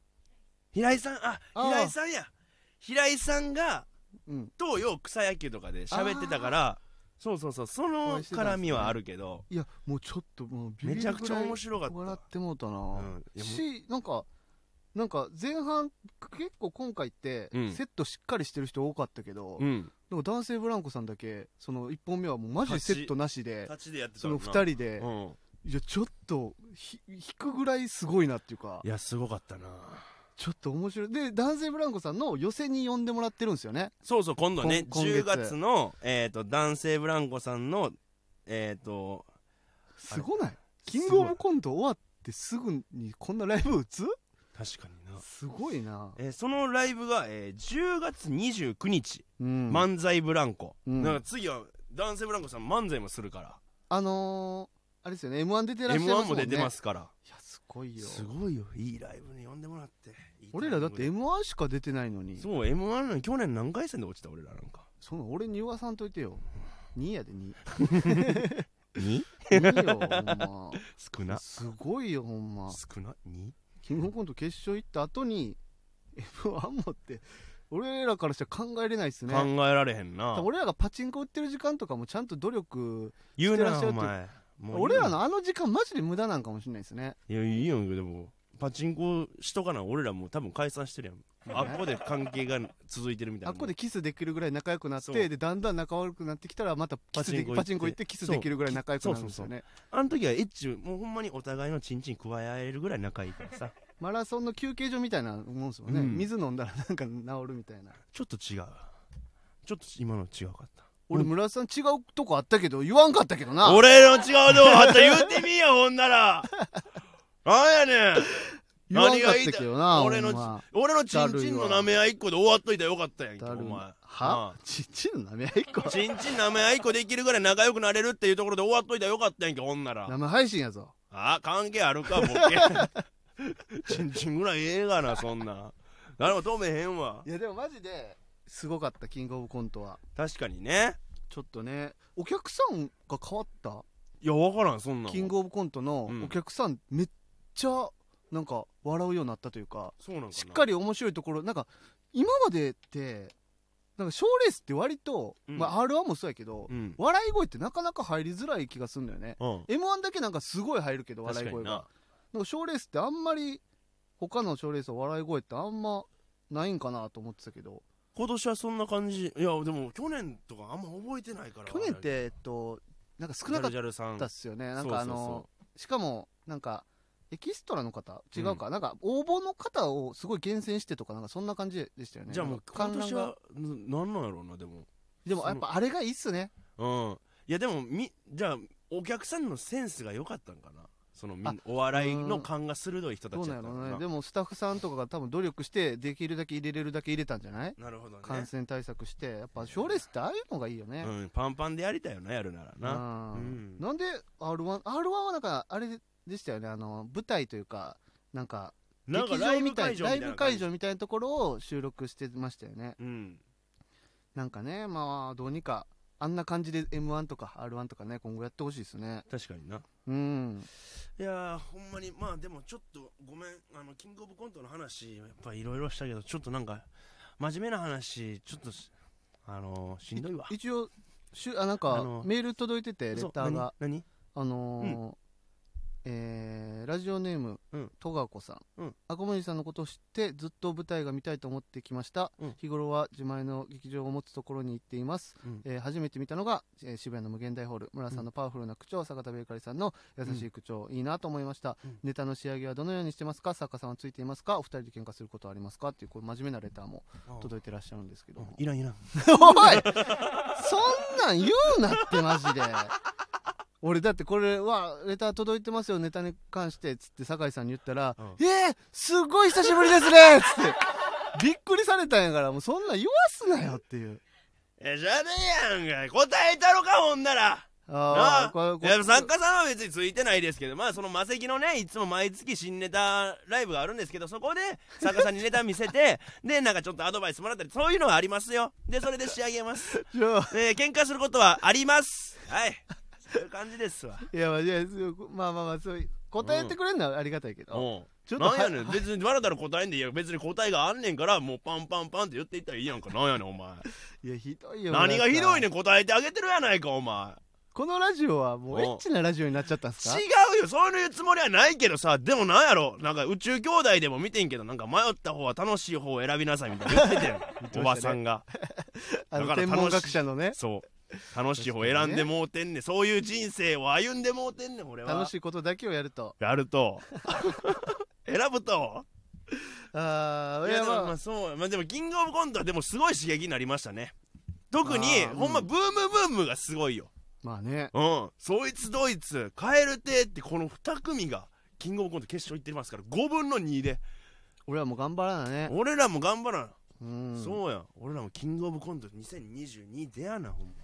B: 平井さんあ
A: あー
B: 平井さんや平井さんが
A: うん
B: 東洋草野球とかで喋ってたからそうそうそうそ
A: お
B: の
A: 会いしてたんですね
B: 絡みはあるけど、
A: いやもうちょっともうビビ
B: め
A: る
B: ちゃく
A: ぐ
B: ちゃ
A: らい
B: 面白かった
A: 笑ってもうたな、
B: うんいやもう
A: しなんかなんか前半結構今回って
B: うん
A: セットしっかりしてる人多かったけど、
B: うん、
A: でも男性ブランコさんだけその1本目はもうマジでセットなしで
B: 立ちでやってた
A: そ
B: もん
A: の
B: な
A: 2人で、
B: うん
A: いやちょっとひ引くぐらいすごいなっていうか
B: いやすごかったな
A: ちょっと面白いで男性ブランコさんの寄せに呼んでもらってるんですよね
B: そうそう今度ね
A: こん今
B: 10
A: 月
B: 月の、えー、と男性ブランコさんのえっ、と
A: すごないキングオブコント終わってすぐにこんなライブ打つ
B: 確かにな、
A: すごいな
B: えーそのライブが、えー10月29日、
A: うん
B: 漫才ブランコ、
A: うん
B: だから次は男性ブランコさん漫才もするか
A: あのー、あれですよね m 1出て
B: ら
A: らっしゃい
B: m
A: ま
B: 1
A: すも
B: も
A: んね
B: 出てますから
A: いやすごいよ
B: すごいよいいライブに呼んでもらっていい
A: 俺らだって
B: タイミン
A: m 1しか出てないのに
B: グでそう m 1の去年何回戦で落ちた俺らなんか
A: その俺に言わさんといてよ2やで2
B: 2
A: 2よほん
B: 少
A: ま
B: な
A: すごいよほんま
B: 少な 2?
A: キングオブコント決勝行った後に m 1もって俺らからしたら考えれないっすね
B: 考えられへんな
A: 俺らがパチンコ売ってる時間とかもちゃんと努力
B: 言う
A: してらっ
B: な
A: しゃる
B: お
A: って
B: 前もう言うな
A: 俺らのあの時間マジで無駄なんかもしれないですね
B: いやいいよでもパチンコしとかな俺らもう多分解散してるやんあっこで関係が続いてるみたい
A: あ
B: な
A: っこでキスできるぐらい仲良くなっ
B: そう
A: てでだんだん仲悪くなってきたらまたキスでき
B: パ
A: パ
B: チ
A: チ
B: ン
A: ン
B: コ
A: コ行
B: 行っ
A: っててキスできるぐらい仲良くなるんです
B: そう
A: よ
B: そ
A: ね
B: あの時はエッチもうほんまにお互いのチンチン加え合えるぐらい仲いいからさ
A: マラソンの休憩所みたいなもんですよね、
B: うん
A: 水飲んだらなんか治るみたいな
B: ちょっと違うちょっと今の違うかった
A: 俺村田さん違うとこあったけど言わんかったけどな
B: 俺の違うとこあった言うてみいやほんな らなんやねん
A: 言わんかったけどな
B: 俺の
A: ほんま
B: 俺のチンチンの舐め合いっ個で終わっといたらよかったやんけ
A: だ
B: お
A: るい
B: 前
A: はちっちゃいの舐め合いっ
B: うん
A: こ
B: チンチン舐め合いっ個できるぐらい仲良くなれるっていうところで終わっといたらよかったやんけほんなら
A: 生配信やぞ
B: あ関係ある かボケチンチンぐらいええがなそんな誰も止めへんわ
A: いやでもマジですごかったキングオブコントは
B: 確かにね
A: ちょっとねお客さんが変わった
B: いや分からんそんなん
A: キングオブコントの
B: うん
A: お客さんめっちゃなんか笑うようになったというか
B: そうなんかな
A: しっかり面白いところなんか今までってなんか賞レースって割と、
B: うん
A: まあ、r 1もそうやけど、
B: うん、
A: 笑い声ってなかなか入りづらい気がするんだよね
B: うん、
A: m 1だけなんかすごい入るけど笑い声がなんか賞レースってあんまり他の賞レースは笑い声ってあんまないんかなと思ってたけど
B: 今年はそんな感じいやでも去年とかあんま覚えてないから
A: 去年ってえっとなんか少
B: ジ
A: な
B: ャ
A: かっ
B: ルジャルさん
A: たっすよねなんかあの
B: そうそうそう
A: しかもなんかエキストラの方違うか、なんか応募の方をすごい厳選してとかなんかそんな感じでしたよね
B: じゃあもう
A: な
B: 今
A: んか観覧
B: 年
A: が
B: はんなんなんやろうなでも
A: でもやっぱあれがいいっすね
B: うんいやでもみじゃあお客さんのセンスが良かったんかなそのみ
A: あ
B: お笑いの感が鋭い人た
A: どう
B: ち
A: なん
B: だ
A: やろ
B: ったの
A: う
B: かな
A: ねでもスタッフさんとかが多分努力してできるだけ入れれるだけ入れたんじゃない
B: なるほどね
A: 感染対策してやっぱ賞レースってああいうのがいいよね、
B: うん、パンパンでやりたいよなやるならな
A: な
B: うん
A: なんで R1R1 はなんかあれでしたよねあの舞台というかなんか
B: なんか
A: 劇
B: ライ
A: 場
B: ブ
A: みた
B: 会
A: いラ
B: 場
A: イ
B: みたいな
A: ブ
B: 感
A: 会
B: じ
A: 場みたいなところを収録してましたよね
B: うん
A: なんかねまあどうにかあんな感じで m 1とか r 1とかね今後やってほしいですね
B: 確かにな
A: うん
B: いやーほんまにまあでもちょっとごめんあのキングオブコントの話やっぱいろいろしたけどちょっとなんか真面目な話ちょっとしあのー、しんどいわ
A: 一応しゅあなん
B: あ
A: か
B: の
A: メール届いててレ
B: そう
A: ターが
B: 何
A: あのーえーラジオネーム、
B: うん
A: 戸川子さん、
B: うん
A: 赤森さんのことを知ってずっと舞台が見たいと思ってきました、
B: うん
A: 日頃は自前の劇場を持つところに行っています、
B: うん
A: えー初めて見たのが、えー渋谷の無限大ホール村さんのパワフルな口調、坂田ベーカリーさんの優しい口調、いいなと思いました、
B: うん
A: ネタの仕上げはどのようにしてますか作家さんはついていますかお二人で喧嘩することはありますかっていうこう真面目なレターも
B: 何
A: 届いてらっしゃるんですけども
B: いらんいら
A: お
B: ん
A: いそんなん言うなってマジで俺だってこれはレター届いてますよネタに関してつって酒井さんに言ったら「
B: う
A: えー、すごい久しぶりですね」つってびっくりされたんやからもうそんなん言わすなよっていう
B: えじゃねえやんか答えたろかほんならなあ
A: あーこれこ
B: い
A: れ
B: や作家さんは別についてないですけどまあその魔石のねいつも毎月新ネタライブがあるんですけどそこで作家さんにネタ見せて でなんかちょっとアドバイスもらったりそういうのはありますよでそれで仕上 げます、
A: いや
B: えー、喧嘩することはありますはいそういう感じです わ
A: いやまあいやまあまあまあそういう答えてくれるのはありがたいけど、
B: うん
A: ちょっと
B: な
A: は
B: んやねん別にわらたら答えんでいいや別に答えがあんねんからもうパンパンパンって言っていったらいいやんかなんやねんお前
A: いやひどいよ
B: 何がひどい
A: ね
B: ねん答えてあげてるやないかお前
A: このラジオはもうエッチなラジオになっちゃったんすか
B: 違うよそういうつもりはないけどさでもなんやろなんか宇宙兄弟でも見てんけどなんか迷った方は楽しい方を選びなさいみたいな言ってた
A: た
B: よお
A: ね
B: ばさんが
A: あの
B: だから
A: 天文学者のね
B: そう楽しい方選んでもうてんねんそういう人生を歩んでもうてんねん俺は
A: 楽しいことだけをやると
B: やると選ぶと
A: ああ
B: い
A: いや
B: やでも
A: ま
B: ま
A: あ
B: あそうまあでもキングオブコントはでもすごい刺激になりましたね特に
A: あー
B: ほんま
A: うん
B: ブームブームがすごいよ
A: まあね
B: うんそいつドイツカエル亭ってこの2組がキングオブコント決勝行ってますから5分の2で
A: 俺はもう頑張らなね
B: 俺らも頑張らん、
A: うん
B: そうやん俺らもキングオブコント2022でやなほんま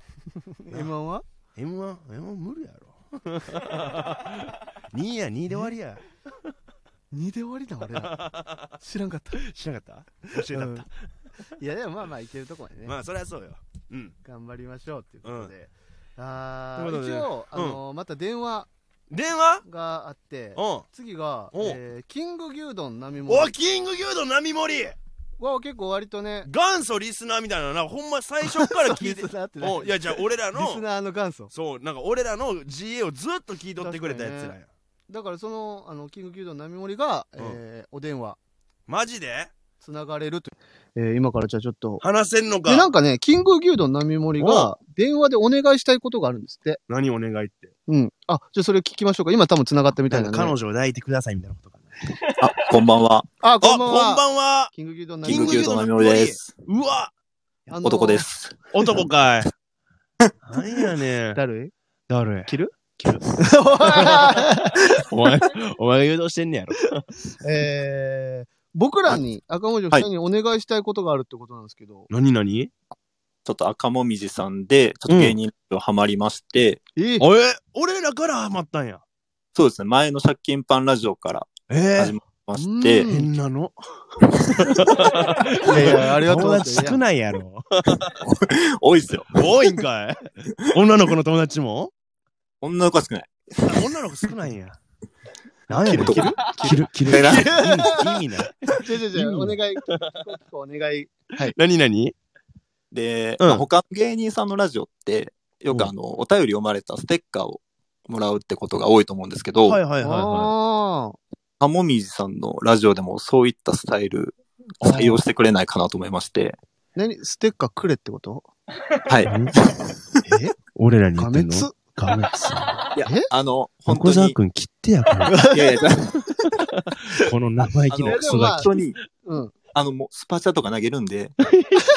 A: M1 は
B: M1M1 無理やろ 2や2で終わりや
A: 2で終わりだ俺ら 知らんかった
B: 知らなかった教えたった、
A: いやでもまあまあいけるとこまでね、
B: まあそりゃそうようん
A: 頑張りましょうっていうことで、あ
B: とい
A: ー
B: うことで
A: 一応、あのまた電話
B: 電話
A: があって
B: うん
A: 次が、
B: お
A: えーキング牛丼並盛
B: お
A: り
B: キング牛丼並盛り
A: は結構割とね
B: 元祖リスナーみたいななほんま最初から聞い て
A: リスナーって
B: おいやじゃあ俺ら
A: リス
B: の
A: ナーの元祖
B: そうなんか俺らの GA をずっと聞いとってくれたやつらや
A: 確だからそのあのキング牛丼並盛が、
D: うん
A: えーお電話
D: マジで
A: つながれるという、えー今からじゃあちょっと
B: 話せんの
A: で
B: か
A: なんかねキング牛丼並盛が電話でお願いしたいことがあるんですって
B: 何お願いって。
A: うんあじゃあそれ聞きましょうか今多分つながったみたいな,、
B: なん
A: ね、
B: か彼女を抱いてくださいみたいなことかな。
E: あ、こんばんは。
A: あ
D: あ、
A: こ
D: こ
A: ん
D: ん
A: ばんは
D: ばんは。
A: キング牛丼
E: キ
A: 並
E: ング
A: 盛
E: 牛丼のみおりです。
B: うわ
A: あのー
E: 男です。
B: 男かい。 なんやね ん。
A: 誰
B: 誰
A: 着る
B: お前、お前が誘導してんねやろ。
A: えー、僕らに赤文字二人にお願いしたいことがあるってことなんですけど、
B: 何何
E: ちょっと赤もみじさんで、ちょっと芸人をハマりまして、
A: えー
B: おえ、俺らからハマったんや。
E: そうですね、前の借金パンラジオから
B: え
E: 始まりまして、
A: う
B: え
A: ん
B: 変なの。
A: いやいやありがとうございます
B: 友達少ないやろ。
E: 多いですよ。
B: 多いんかい。女の子の友達も
E: 女の子は少ない。
B: あ女の子少ないんや。なんやねん。
E: 着る
B: 着る着る。
E: 着る
B: 意味ない。
A: じゃあじゃあじゃあお願いお願い
B: 何何
E: で、
B: うん
E: まあ他の芸人さんのラジオって、よくあの、お便り読まれたステッカーをもらうってことが多いと思うんですけど、
B: はいはいはいは
A: あー
E: 赤もみじさんのラジオでもそういったスタイル、採用してくれないかなと思いまして、
A: 何ステッカーくれってこと
E: はい
B: い。。何え俺らに言
A: 画
B: ってん
A: 滅
B: のガメツ。
E: いや
A: え、
E: あの、本
B: 横
E: 当
B: 澤
E: に、
B: くん切ってやから。
E: いやいや、
B: この生意気なクソガ
E: 本当に、
A: うん。
E: あの、もうスパチャとか投げる んで、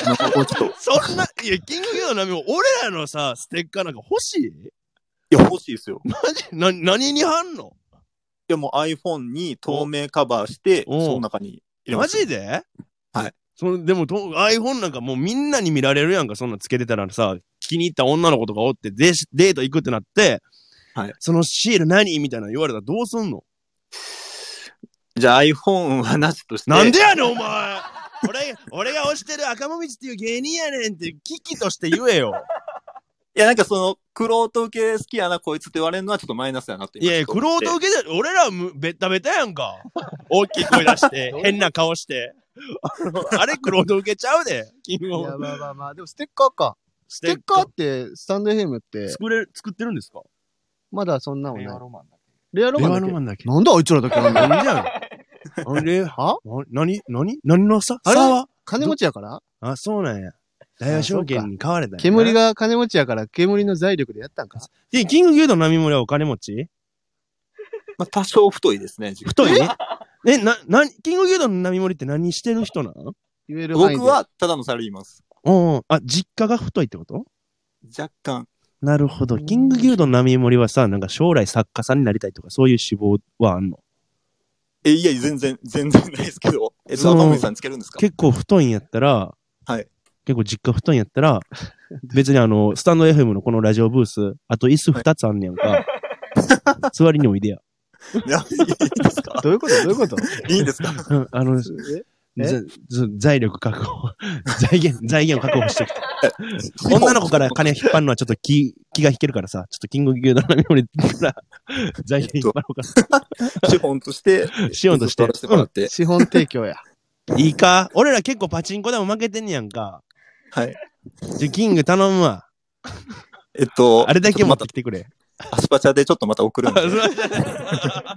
E: あのもうちょっと、
B: キ。そんな、いや、キングギドラも俺らのさ、ステッカーなんか欲しい
E: いや、欲しいですよ。い
B: マジな、何に貼んの
E: や、もう iPhone に透明カバーして、そ
B: お
E: の中に入れま
B: マ
E: す。
B: ジで
E: はい。
B: そのでもと iPhone なんかもうみんなに見られるやんか、そんなんつけてたらさ、気に入った女の子とかおって、デーシデート行くってなって、
E: はい
B: そのシール何みたいなの言われたらどうすんの
E: じゃあ iPhone はなしとして。
B: なんでやね ん、お前俺、俺が推してる赤もみじっていう芸人やねんって、危機として言えよ。
E: いや、なんかその、クロート系好きやな、こいつって言われるのはちょっとマイナスやなって
B: いやいや、クロート受けじゃ、俺らむベッタベタやんか。大きい声出して、変な顔 して。あのあれ、クロート受けちゃうで。
A: い
B: 君
A: や
B: を。
A: まあまあまあでもステッカーか
B: ス
A: ステッカーってスタンドヘムっ
B: ー
A: て
B: 作れる、作ってるんですか
A: まだそんなのね
E: 令和ロマンだ
A: レアロマンだっけ
B: マ
A: な
B: ンだけ
A: んであいつらだけなんだ
B: 何じゃん。あ れ、
A: は
B: な、なに、なに、何のさ、
A: あれ
B: さは
A: 金持ちやから
B: あ、そうなんや。大和証券に買われたんやな
A: 煙。が金持ちやから煙の財力でやったんか
B: で、キング牛丼並盛はお金持ち
E: まあ、多少太いですね、自分
B: 太いね。え、な、な、キング牛丼並盛って何してる人なん
A: 言える範囲で
E: 僕はただのサラリーマンです。
B: うん。あ、実家が太いってこと
E: 若干。
B: なるほど。キング牛丼並盛はさ、なんか将来作家さんになりたいとか、そういう志望はあんの
E: え、いや、全然、全然ないですけど。え、
B: そ
E: そうう、赤森さんつけるんですか
B: 結構太いんやったら、
E: はい。
B: 結構実家太いんやったら、別にあの、スタンド FM のこのラジオブース、あと椅子2つあんねやんか。座りにおいでや。
E: いやいいですか
A: どういうことどういうこと
E: いいんですか
B: うんあの、
A: ええ
B: ざず財力確保。 財源、財源を確保してきて。 女の子から金引っ張るのはちょっと気、気が引けるからさ、ちょっとキング牛丼並盛りから、財源引っ張ろうか
E: 資本として、
B: な。しようとして。
E: 座らせてもらって。
A: 資本提供や
B: いいか俺ら結構パチンコでも負けてんねやんか。
E: はい。
B: じゃ、キング頼むわ。
E: えっと、
B: あれだけ持っ
E: ま
B: たてきてくれ。
E: アスパチャでちょっとまた送るんで。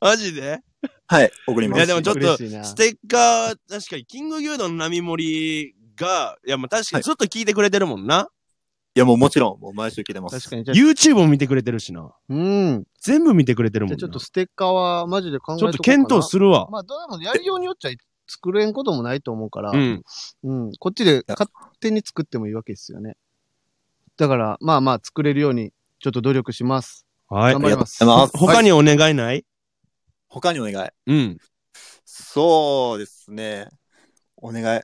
B: マジで
E: はい、送りま
B: い
E: す。
B: やでもちょっと
A: 嬉しいな
B: ステッカー、確かに、キング牛丼の並盛りが、いや、まあ確かにずっと聞いてくれてるもんな。
E: いやもうもちろん、もう毎週聞いてます。
A: 確かにじゃあ
B: YouTube も見てくれてるしな。
A: うん
B: 全部見てくれてるもん
A: じゃあ
B: な。
A: ちょっとステッカーはマジで考え
B: ちょっ
A: ことうかな
B: 検討するわ。
A: まあどれもやりようによっちゃ作れんこともないと思うから、
B: うん。
A: うん。こっちで勝手に作ってもいいわけですよね。だから、まあまあ作れるように、ちょっと努力します。
B: はい
A: 頑。張ります。
E: ありがとうございます
B: 他にお願いない
E: 他にお願い。
B: うん。
E: そうですね。お願い。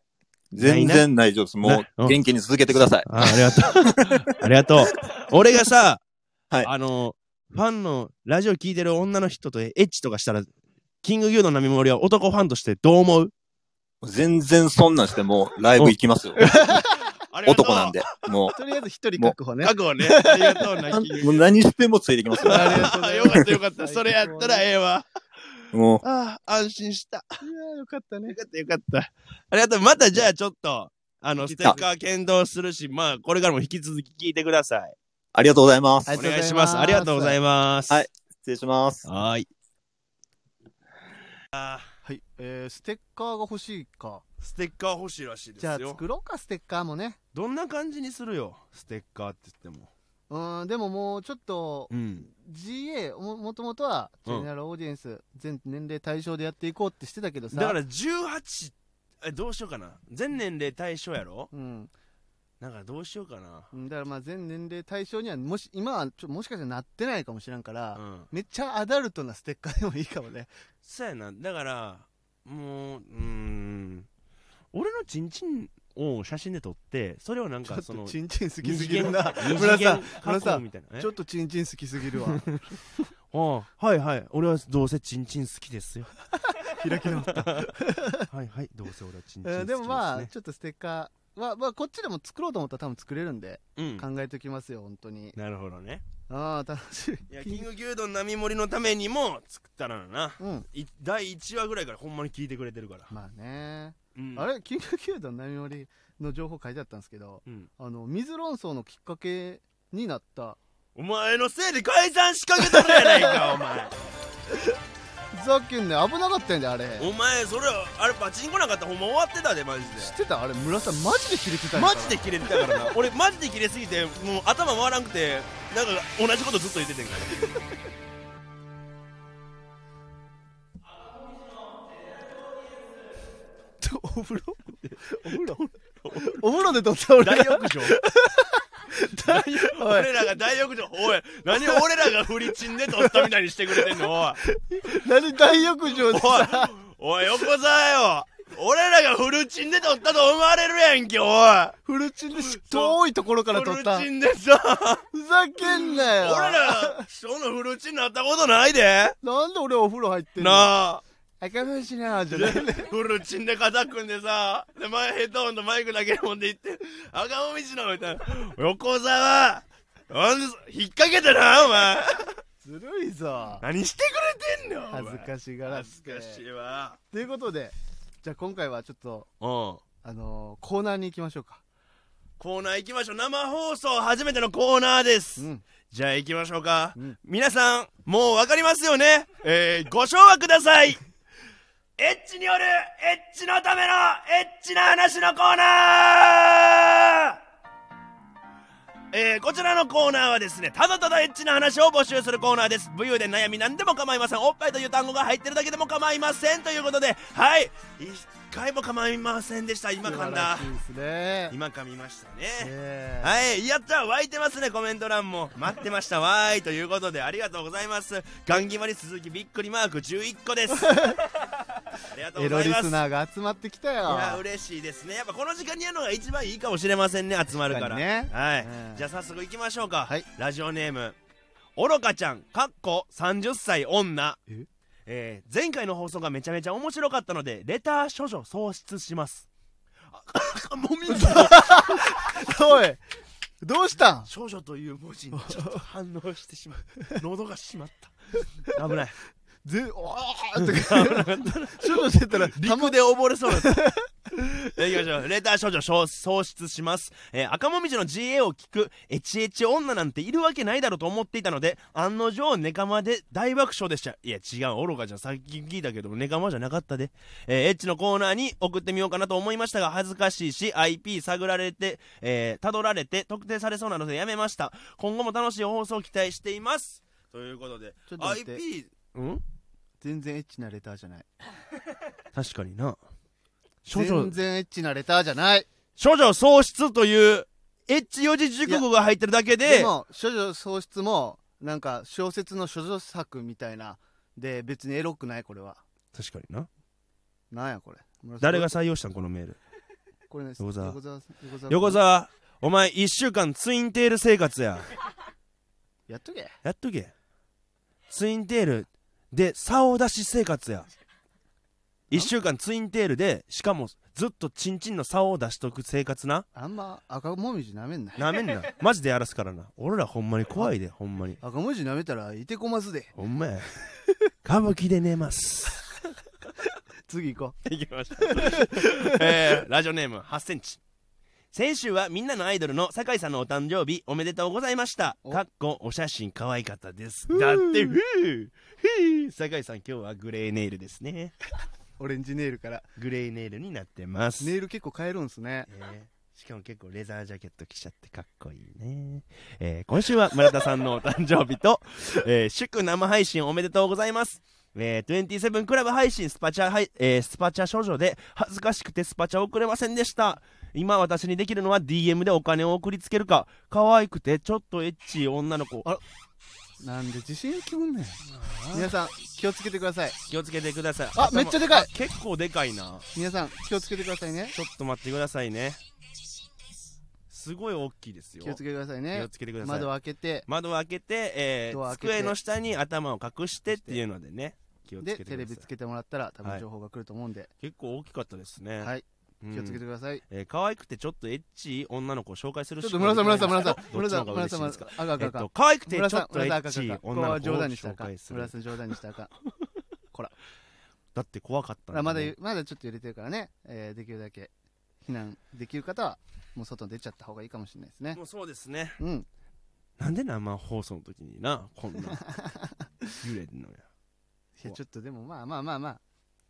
E: 全然大丈夫です。も
B: なうん
E: う元気に続けてください。
B: あありがとう。あり がとう。俺がさ、
E: はい
B: あの、ファンの、ラジオ聞いてる女の人とエッチとかしたら、キング牛丼並盛りは男ファンとしてどう思う
E: 全然そんなんしてもライブ行き ますよ。男なん
B: で。
E: で。も
A: とりあえず一人確保ね。
B: 覚悟ね。ありがとう な、キング
E: う、もう何してもついてき ますよ。
A: ありがとうござい
B: よ
A: ます
B: かったよかった。それやったらええわ。
E: もう、
B: ああ、安心した。
A: いやーよかったね
B: よ。かったよかった。ありがとう。またじゃあちょっと、あの、ステッカー検討するし、まあ、これからも引き続き聞いてください。
E: ありがとうございます。
A: は
B: お
A: いありがとうございます
B: 願いします。ありがとうございます。
E: はい失礼します。
F: はーい。
A: はい、えー、ステッカーが欲しいか
B: ステッカー欲しいらしいで
A: じゃあ
B: すよ
A: 作ろうかステッカーもね
B: どんな感じにするよステッカーって言っても
A: うーんでももうちょっと
B: うん
A: GA ももともとはジ
B: うん
A: ェネラルオーディエンス、全年齢対象でやっていこうってしてたけどさ
B: だから18えどうしようかな全年齢対象やろ
A: うん、
B: なんかどうしようかな
A: うんだからまあ全年齢対象にはもし今はちょもしかしたらなってないかもしれんから、
B: うん
A: めっちゃアダルトなステッカーでもいいかもね
B: そうやなだからもううーん俺のチンチンを写真で撮ってそれをなん
A: ちょっ
B: かそ
A: と
B: の
A: チンチン好きすぎるな
B: 二次
A: 村さ
B: 元
A: ん
B: 加
A: 村さ
B: 工
A: ん
B: みたいなえ
A: ちょっとチンチン好きすぎるわ
B: ああはいはい俺はどうせチンチン好き ですよ
A: 開き 直った、
B: はいはいどうせ俺はチンチン好
A: え
B: き
A: ー
B: です、ね、
A: でもまあちょっとステッカーは、まあ、こっちでも作ろうと思ったら多分作れるんで、
B: うん
A: 考えておきますよ本当に
B: なるほどね
A: ああ楽し
B: いやキ
A: み
B: ング牛丼並盛りのためにも作ったらな
A: うん
B: い第1話ぐらいからほんまに聞いてくれてるから、
A: まあね、
B: うん
A: あれキングキュード並盛りの情報書いてあったんですけど
B: うん
A: あの水論争のきっかけになった
B: お前のせいで解散しかけたるやないかお前
A: ザキュンね危なかったんだよあれ
B: お前それあれパチンコなかったらほんま終わってたでマジ
A: 知ってたあれ村さんマジで切れてた
B: で
A: んや
B: マ
A: から
B: ジでキレてたからな俺マジでキレすぎてもう頭回らんくてなんか同じことずっと言っててんから
A: お風呂お風呂お風呂で撮った俺
B: 大
A: が
B: 浴場
A: おい
B: 俺らが大浴場おい何俺らがフリチンで撮ったみたいにしてくれてんの
A: 何大浴場で
B: おいおい
A: さ
B: おい横澤よ俺らがフルチンで撮ったと思われるやんけお
A: フルチンで遠いところから
B: い
A: 撮
B: フ
A: っ
B: ル
A: た
B: チンでさ
A: ふざけんなよ
B: 俺ら人のフルチンなったことないで
A: なんで俺お風呂入ってんの
B: なあ
A: 赤飯しなじゃない
B: フルチンで肩組んでさで前ヘッドホンとマイクだけでもんで行って赤もみじのみたいな横澤なんで引っ掛けてなお前
A: ずるいぞ
B: 何してくれてんのお前
A: 恥ずかしがら
B: 恥
A: ず
B: ずかしいわ
A: ということでじゃあ今回はちょっと
B: うんコ
A: あのーコーナーに行きましょうか
B: ーナー行きましょう生放送初めてのコーナーです、
A: うん
B: じゃあ行きましょうか、
A: うん
B: 皆さんもう分かりますよねえー、ご唱和くださいエッチによるエッチのためのエッチな話のコーナーえーこちらのコーナーはですねただただエッチな話を募集するコーナーです武勇で悩み何でも構いませんおっぱいという単語が入ってるだけでも構いませんということではい一回も構いませんでした今噛んだ
A: 素晴らしいですね
B: 今噛みましたね
A: えー
B: はいやった湧いてますねコメント欄も待ってましたわーいということでありがとうございますガンギマリ鈴木びっくりマーク11個ですありがとう
A: エ
B: ご
A: ロ
B: ざい
A: リ
B: ま
A: ス
B: す
A: ナーが集まってきたよ
B: いや嬉しいですねやっぱこの時間にやるのが一番いいかもしれませんね集まるから
A: 確かにね
B: はい、
A: うん
B: じゃあ早速行きましょうか、
A: はい
B: ラジオネーム愚かちゃんかっこ30歳女
A: え
B: えー前回の放送がめちゃめちゃ面白かったのでレター処女喪失しますあもみじ
A: おいどうしたん
B: 少女という文字にちょっと反応してしまう喉が閉まった危ない
A: ぜおーって ちょっとしてたら
B: 陸で溺れそうだ ったいきましょうレター少女喪喪失します、えー赤もみじの GA を聞くエチエチ女なんているわけないだろうと思っていたので案の定ネカマで大爆笑でしたいや違う愚かじゃんさっき聞いたけどネカマじゃなかったで、えーエッチのコーナーに送ってみようかなと思いましたが恥ずかしいし IP 探られてえー、辿られて特定されそうなのでやめました今後も楽しい放送を期待していますということで
A: ちょっと待って
B: IP うん
A: 全然エッチなレターじゃない
B: 確かにな少女
A: 全然エッチなレターじゃない
B: 処女喪失というエッチ四字熟語が入ってるだけ
A: で
B: で
A: も処女喪失もなんか小説の処女作みたいなで別にエロくないこれは
B: 確かにな
A: なんやこれ村瀬
B: 誰が採用したんこのメール
A: これね
B: 横澤
A: 横澤さん横澤
B: 横澤お前1週間ツインテール生活や
A: やっとけ
B: やっとけツインテールで竿出し生活や1週間ツインテールでしかもずっとチンチンの竿を出しとく生活な
A: あんま赤もみじ舐めんな
B: なめんなマジでやらすからな俺らほんまに怖いでほんまに
A: 赤もみじ舐めたらいてこますで
B: ほんまや歌舞伎で寝ます
A: 次行こ
B: 行きました、えーラジオネーム8センチ先週はみんなのアイドルの酒井さんのお誕生日おめでとうございました
A: お
B: かっこお写真可愛かったです
A: ふう
B: だってふうふう酒井さん今日はグレーネイルですね
A: オレンジネイルから
B: グレーネイルになってます、
A: ネイル結構変えるんすね
B: えーしかも結構レザージャケット着ちゃってかっこいいね、えー今週は村田さんのお誕生日と、 えー祝生配信おめでとうございますえー、27クラブ配信スパチャ、はいえースパチャ少女で恥ずかしくてスパチャ送れませんでした今私にできるのは DM でお金を送りつけるか可愛くてちょっとエッチい女の子
A: なんで自信きむんねん皆さん気をつけてください
B: 気をつけてください
A: あめ
B: 頭
A: っちゃでかい
B: あ結構でかいな
A: 皆さん気をつけてくださいね
B: ちょっと待ってくださいねすごい大きいですよ
A: 気をつけてください
B: 気
A: ね
B: をつけてください
A: 窓を開けて
B: 窓を開けて,、えー
A: ドア開けて
B: 机の下に頭を隠してっていうのでね気をつけ
A: でテ
B: てく
A: レ
B: だ
A: ビ
B: さ
A: つ
B: い
A: けてもらったら多
B: は
A: 分
B: い
A: 情報が来ると思うんで
B: 結構大きかったですね
A: はい
B: うん
A: 気をつけてください
B: えー可愛くてちょっとエッチい女の子を紹介する
A: ちょっと村田さん村田さん村田さん
B: どっ
A: 村
B: ち
A: 田
B: の
A: さん村
B: 方が
A: 田さん村田さん赤
B: 嬉しいですかえっ
A: 赤
B: と
A: 赤
B: 可愛くてちょ
A: 村田
B: っ
A: さん
B: とエ
A: 村田
B: ッ
A: さ
B: チ
A: ん
B: い
A: 赤赤ここ
B: 女
A: は
B: の子を
A: 冗談にしたら
B: 紹
A: あかん
B: 介す
A: 村
B: る
A: 田さん冗談にしたらあかん
B: だって怖かった
A: ほら
B: ん
A: ま
B: だ
A: だ
B: ね
A: まだちょっと揺れてるからねえーできるだけ避難できる方はもう外に出ちゃった方がいいかもしれないですね
B: もうそうですね
A: うん
B: なんで生放送の時にな こんな揺れんのや
A: いやちょっとでもまあまあまあまあ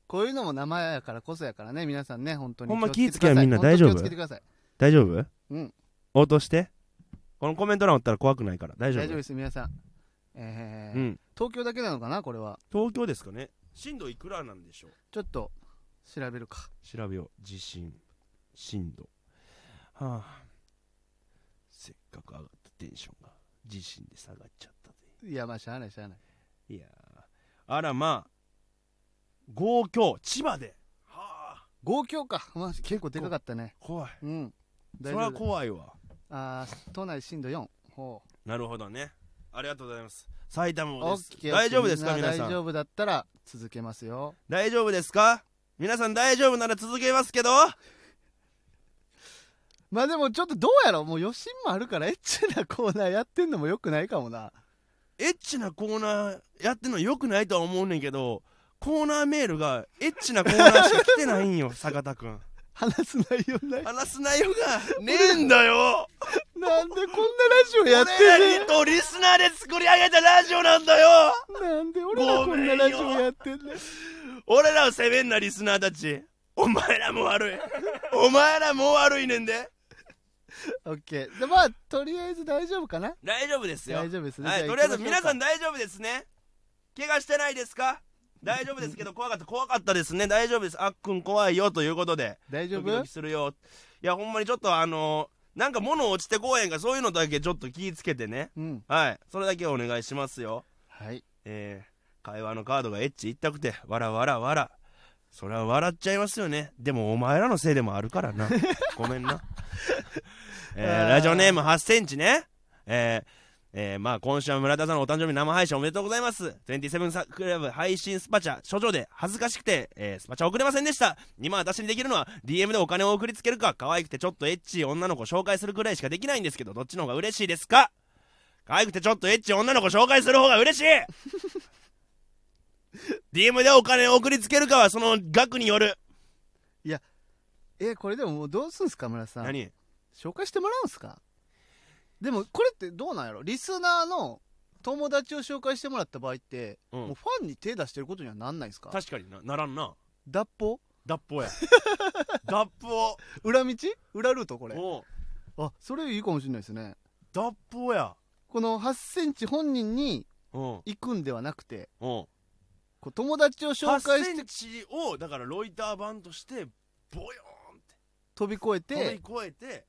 A: こういうのも生やからこそやからね皆さんね本当に
B: ほんま
A: 気をつけてください
B: 気ぃつけやみんな大丈夫
A: 本当に気をつけてください
B: 大丈夫
A: うん
B: 応答してこのコメント欄おったら怖くないから大丈夫
A: 大丈夫です皆さんえー
B: うん
A: 東京だけなのかなこれは
B: 東京ですかね震度いくらなんでしょう
A: ちょっと調べるか
B: 調べよう地震震度はあせっかく上がったテンションが地震で下がっちゃったぜ
A: いやまあしゃあないしゃあない
B: いやーあらまあ強強千葉ではあ
A: 豪強か、 まあ、結構でかかったね
B: 怖い
A: うん
B: そ
A: 大
B: れ
A: 丈
B: は
A: 夫
B: 怖いわ
A: あー都内震度4ほう
B: なるほどねありがとうございます埼玉も
A: オ
B: です
A: ッケー
B: 大丈夫ですか
A: みんな
B: 皆さ
A: 大
B: ん
A: 丈夫だったら続けますよ
B: 大丈夫ですか皆さん大丈夫なら続けますけど
A: まあでもちょっとどうやろうもう余震もあるからエッチなコーナーやってんのもよくないかもな
B: エッチなコーナーやってんのよくないとは思うねんけどコーナーメールがエッチなコーナーしか来てないんよ 坂田君
A: 話す内容ない
B: 話す内容がねえんだよ
A: なんでこんなラジオやって
B: 俺らにとリスナーで作り上げたラジオなんだよ
A: んねんなんで俺らこんなラジオやってんねん
B: 俺らを責めんなリスナーたちお前らも悪いお前らも悪いねんで
A: オッケーでまあとりあえず大丈夫かな
B: 大丈夫ですよ
A: 大丈夫ですね、
B: はい、
A: じゃ
B: とりあえず
A: 行きましょう
B: 皆
A: か
B: さん大丈夫ですね怪我してないですか大丈夫ですけど怖かった怖かったですね大丈夫ですあっくん怖いよということで
A: 大丈
B: ドキド
A: 夫
B: キするよいやほんまにちょっとあのなんか物落ちてこうへんからそういうのだけちょっと気ぃつけてね
A: うん
B: はいそれだけお願いしますよ
A: はい
B: えー、会話のカードがエッチいったくてわらわらわらそれは笑っちゃいますよねでもお前らのせいでもあるか らなごめんな、えー
A: あー
B: ラジオネーム8センチねえーえーまあ今週は村田さんのお誕生日生配信おめでとうございます27さクラブ配信スパチャ諸女で恥ずかしくて、えースパチャ送れませんでした今私にできるのは DM でお金を送りつけるか可愛くてちょっとエッチい女の子紹介するくらいしかできないんですけどどっちの方が嬉しいですか可愛くてちょっとエッチい女の子紹介する方が嬉しい DM でお金を送りつけるかはその額による
A: えこれでももうどうすんすか村さん
B: 何
A: 紹介してもらうんすかでもこれってどうなんやろリスナーの友達を紹介してもらった場合って、
B: う
A: もうんファンに手出してることにはなんないんすか
B: 確かになならんな
A: 脱法
B: 脱 法や脱法
A: 裏道裏ルートこれ
B: おう
A: あそれいいかもしれないですね
B: 脱法や
A: この8センチ本人に
B: うん
A: 行くんではなくて
B: うん
A: こう友達を紹介
B: 8
A: し
B: セ
A: て
B: ンチをだからロイター版としてボヨーンっ
A: 飛び越え
B: て
A: て
B: 飛び越えて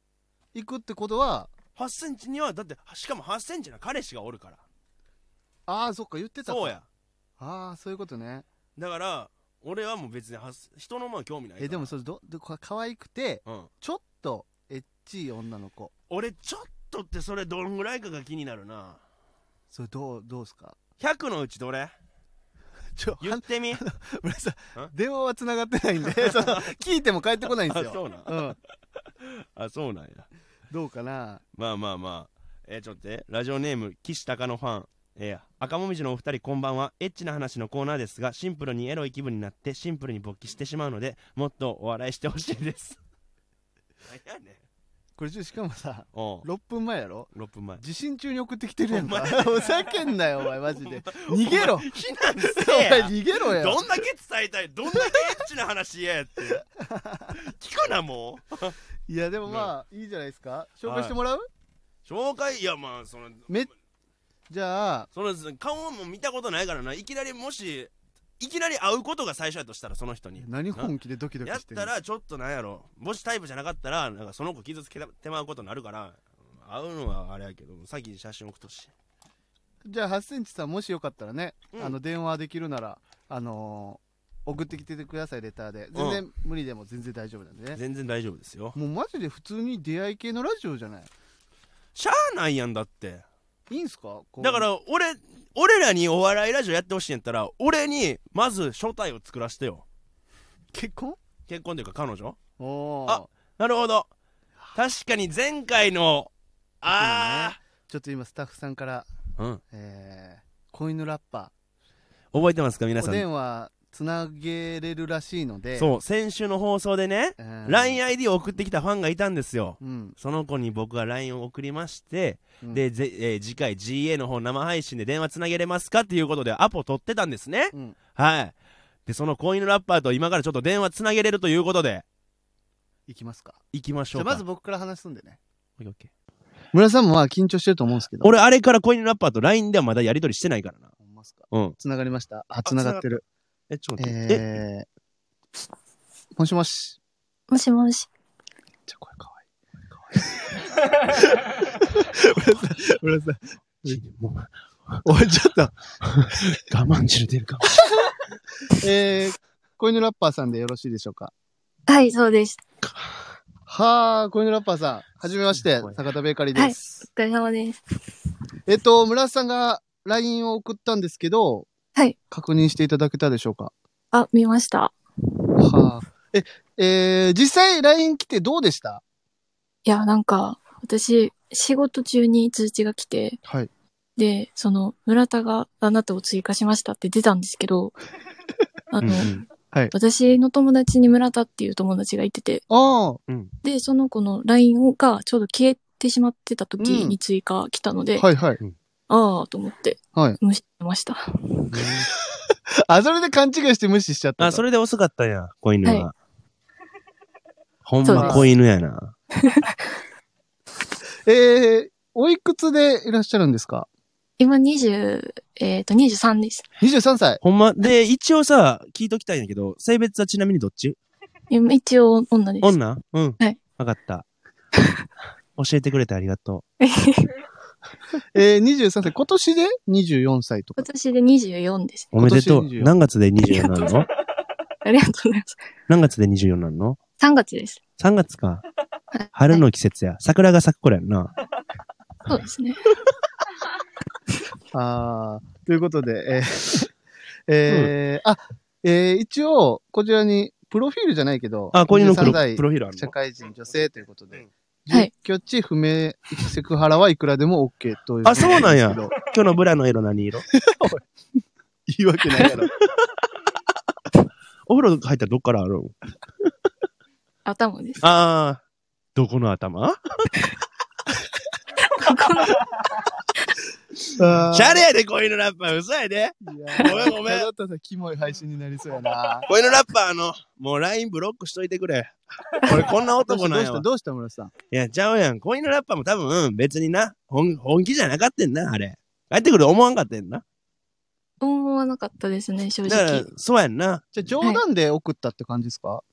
A: 行くってことは
B: 8センチにはだってしかも8センチな彼氏がおるから
A: ああそっか言ってたか
B: そうや
A: ああそういうことね
B: だから俺はもう別には人のものは興味ないから
A: えでもそれどでこ可愛くて
B: うん
A: ちょっとエッチい女の子
B: 俺ちょっとってそれどんぐらいかが気になるな
A: それどうどうすか
B: 100のうちどれ
A: ちょ
B: 言ってみ
A: 村さ
B: ん
A: ん電話は繋がってないんで その聞いても帰ってこないんです
B: あ
A: よ
B: そうなん
A: うん
B: あそうなんや
A: どうかな
B: まあまあまあえーちょっと待ってラジオネーム岸鷹のファンえー赤もみじのお二人こんばんはエッチな話のコーナーですがシンプルにエロい気分になってシンプルに勃起してしまうのでもっとお笑いしてほしいです何やね
A: これちょしかもさ
B: お
A: 6分前やろ
B: 6分前
A: 地震中に送ってきてるやんか
B: お前
A: ふざけんなよお前 マジで逃げろ
B: お前避難し
A: お前
B: て
A: 逃げろ
B: や
A: よ
B: どんだけ伝えたいどんだけエッチな話言えって聞くなもう
A: いやでもまあいいじゃないですか紹介してもらう、
B: 紹介いやまあその
A: めじゃあ
B: その顔も見たことないからないきなりもしいきなり会うことが最初やとしたらその人に
A: 何
B: な
A: 本気でドキドキ
B: やっ
A: してんの
B: たらちょっとなんやろもしタイプじゃなかったらなんかその子傷つけてまうことになるから会うのはあれやけど先に写真送っとし
A: じゃあ8センチさんもしよかったらね、
B: うん
A: あの電話できるならあのー送ってきてくださいレターで全然無理でも全然大丈夫なんでね、
B: 全然大丈夫ですよ
A: もうマジで普通に出会い系のラジオじゃない
B: しゃあないやんだって
A: いいんすかこう
B: だから俺俺らにお笑いラジオやってほしいんやったら俺にまず初体を作らせてよ
A: 結婚
B: 結婚というか彼女
A: お
B: あ
A: あ
B: なるほど確かに前回のあ
A: ちょっと今スタッフさんから、
B: あ、うん
A: えー、子犬ラッパ
B: 覚えてますか皆
A: ーお
B: さん
A: 電話つなげれるらしいので
B: そう先週の放送でね
A: うん
B: LINEID を送ってきたファンがいたんですよ
A: うん、
B: その子に僕が LINE を送りまして、
A: うん
B: で、ぜえー次回 GA の方生配信で電話つなげれますかっていうことでアポ取ってたんですね、
A: うん
B: はいでその子犬ラッパーと今からちょっと電話つなげれるということで
A: いきますか
B: 行きまし
A: じ
B: ょ
A: ゃ
B: う
A: あ
B: か
A: まず僕から話すんでね
B: オッケーオッケー
A: 村さんもまあ緊張してると思うんですけど
B: 俺あれから子犬ラッパーと LINE ではまだやり取りしてないからな
A: ほんまっすか
B: うん
A: つながりましたあつながってる
B: えちょっと待って、え
A: えーもしもし。
G: もしもし。
A: じゃ、これかわ
H: 俺さ、もう、俺ちょっと、我慢汁出るかも。
A: いい。え ー、子犬ラッパーさんでよろしいでしょうか。
G: はい、そうです。
A: はあ、子犬ラッパーさん、はじめまして、坂田ベーカリーです。
G: お疲れ様です。
A: えっと、村瀬さんが LINE を送ったんですけど、
G: はい。
A: 確認していただけたでしょうか。
G: あ、見ました。
A: はあ。え、えー、実際 LINE 来てどうでした
G: いや、なんか、私、仕事中に通知が来て、
A: はい。
G: で、その、村田があなたを追加しましたって出たんです けど、あの、
A: はい
G: 私の友達に村田っていう友達がいてて、
A: ああ、
G: で、その子の LINE がちょうど消えてしまってた時に追加来たので、
A: はいはい。
G: ああ、と思って、
A: はい
G: 無視してました。
A: あ、それで勘違いして無視しちゃった。
H: あ、それで遅かったんや、子犬
G: は
H: は。ほん
G: そうで
H: ます子犬やな。
A: えー、おいくつでいらっしゃるんですか
G: 今20、えっ、と、23です。
A: ?23 歳。
H: ほんま、で、一応さ、聞いときたいんやけど、性別はちなみにどっち
G: 今一応女です。
H: 女うん。
G: はい。
H: わかった。 教えてくれてありがと
A: えー、23歳。今年で24歳とか
G: 今。年で24です。
H: う。おめでとう
A: 今。年24
H: 何月で24なの
G: ありがとうございます。
H: 何月で24なの
G: 3月です。
H: ?3 月か
G: はい。
H: 春の季節や。桜が咲く頃やんな。
G: そうですね。
A: あーということで、えー えーあ、えー一応、こちらに、プロフィールじゃないけど、
H: あ、子犬のプロ
A: 23代
H: プロフィールある
A: 社
H: の
A: 会人女性ということで、
G: はい
A: 住居地不明、セクハラはいくらでも OK という。
H: あそうなんや
A: ですけど
H: 今日のブラの色何 色
A: 言い訳ないやろ。
H: お風呂入ったらどっからあるん
G: 頭です。
H: ああ、どこの頭
A: あー
B: シャレやで子犬ラッパー嘘やで
A: いや ー
B: ごめんごめん
A: ただただキモい配信になりそうやな。
B: 子犬ラッパーのもう LINE ブロックしといてくれ俺こん な
A: どう
B: 男
A: し
B: なんや
A: た
B: わ
A: どうした村瀬さん。
B: いや、ちゃうやん。子犬ラッパーも多分、別にな、本本気じゃなかったんな、あれ。帰ってくる思わんかったんな。
G: 思わなかったですね、正
B: だか
G: 直
B: ら。、そうやんな。
A: じゃあ冗談で送ったって感じですか、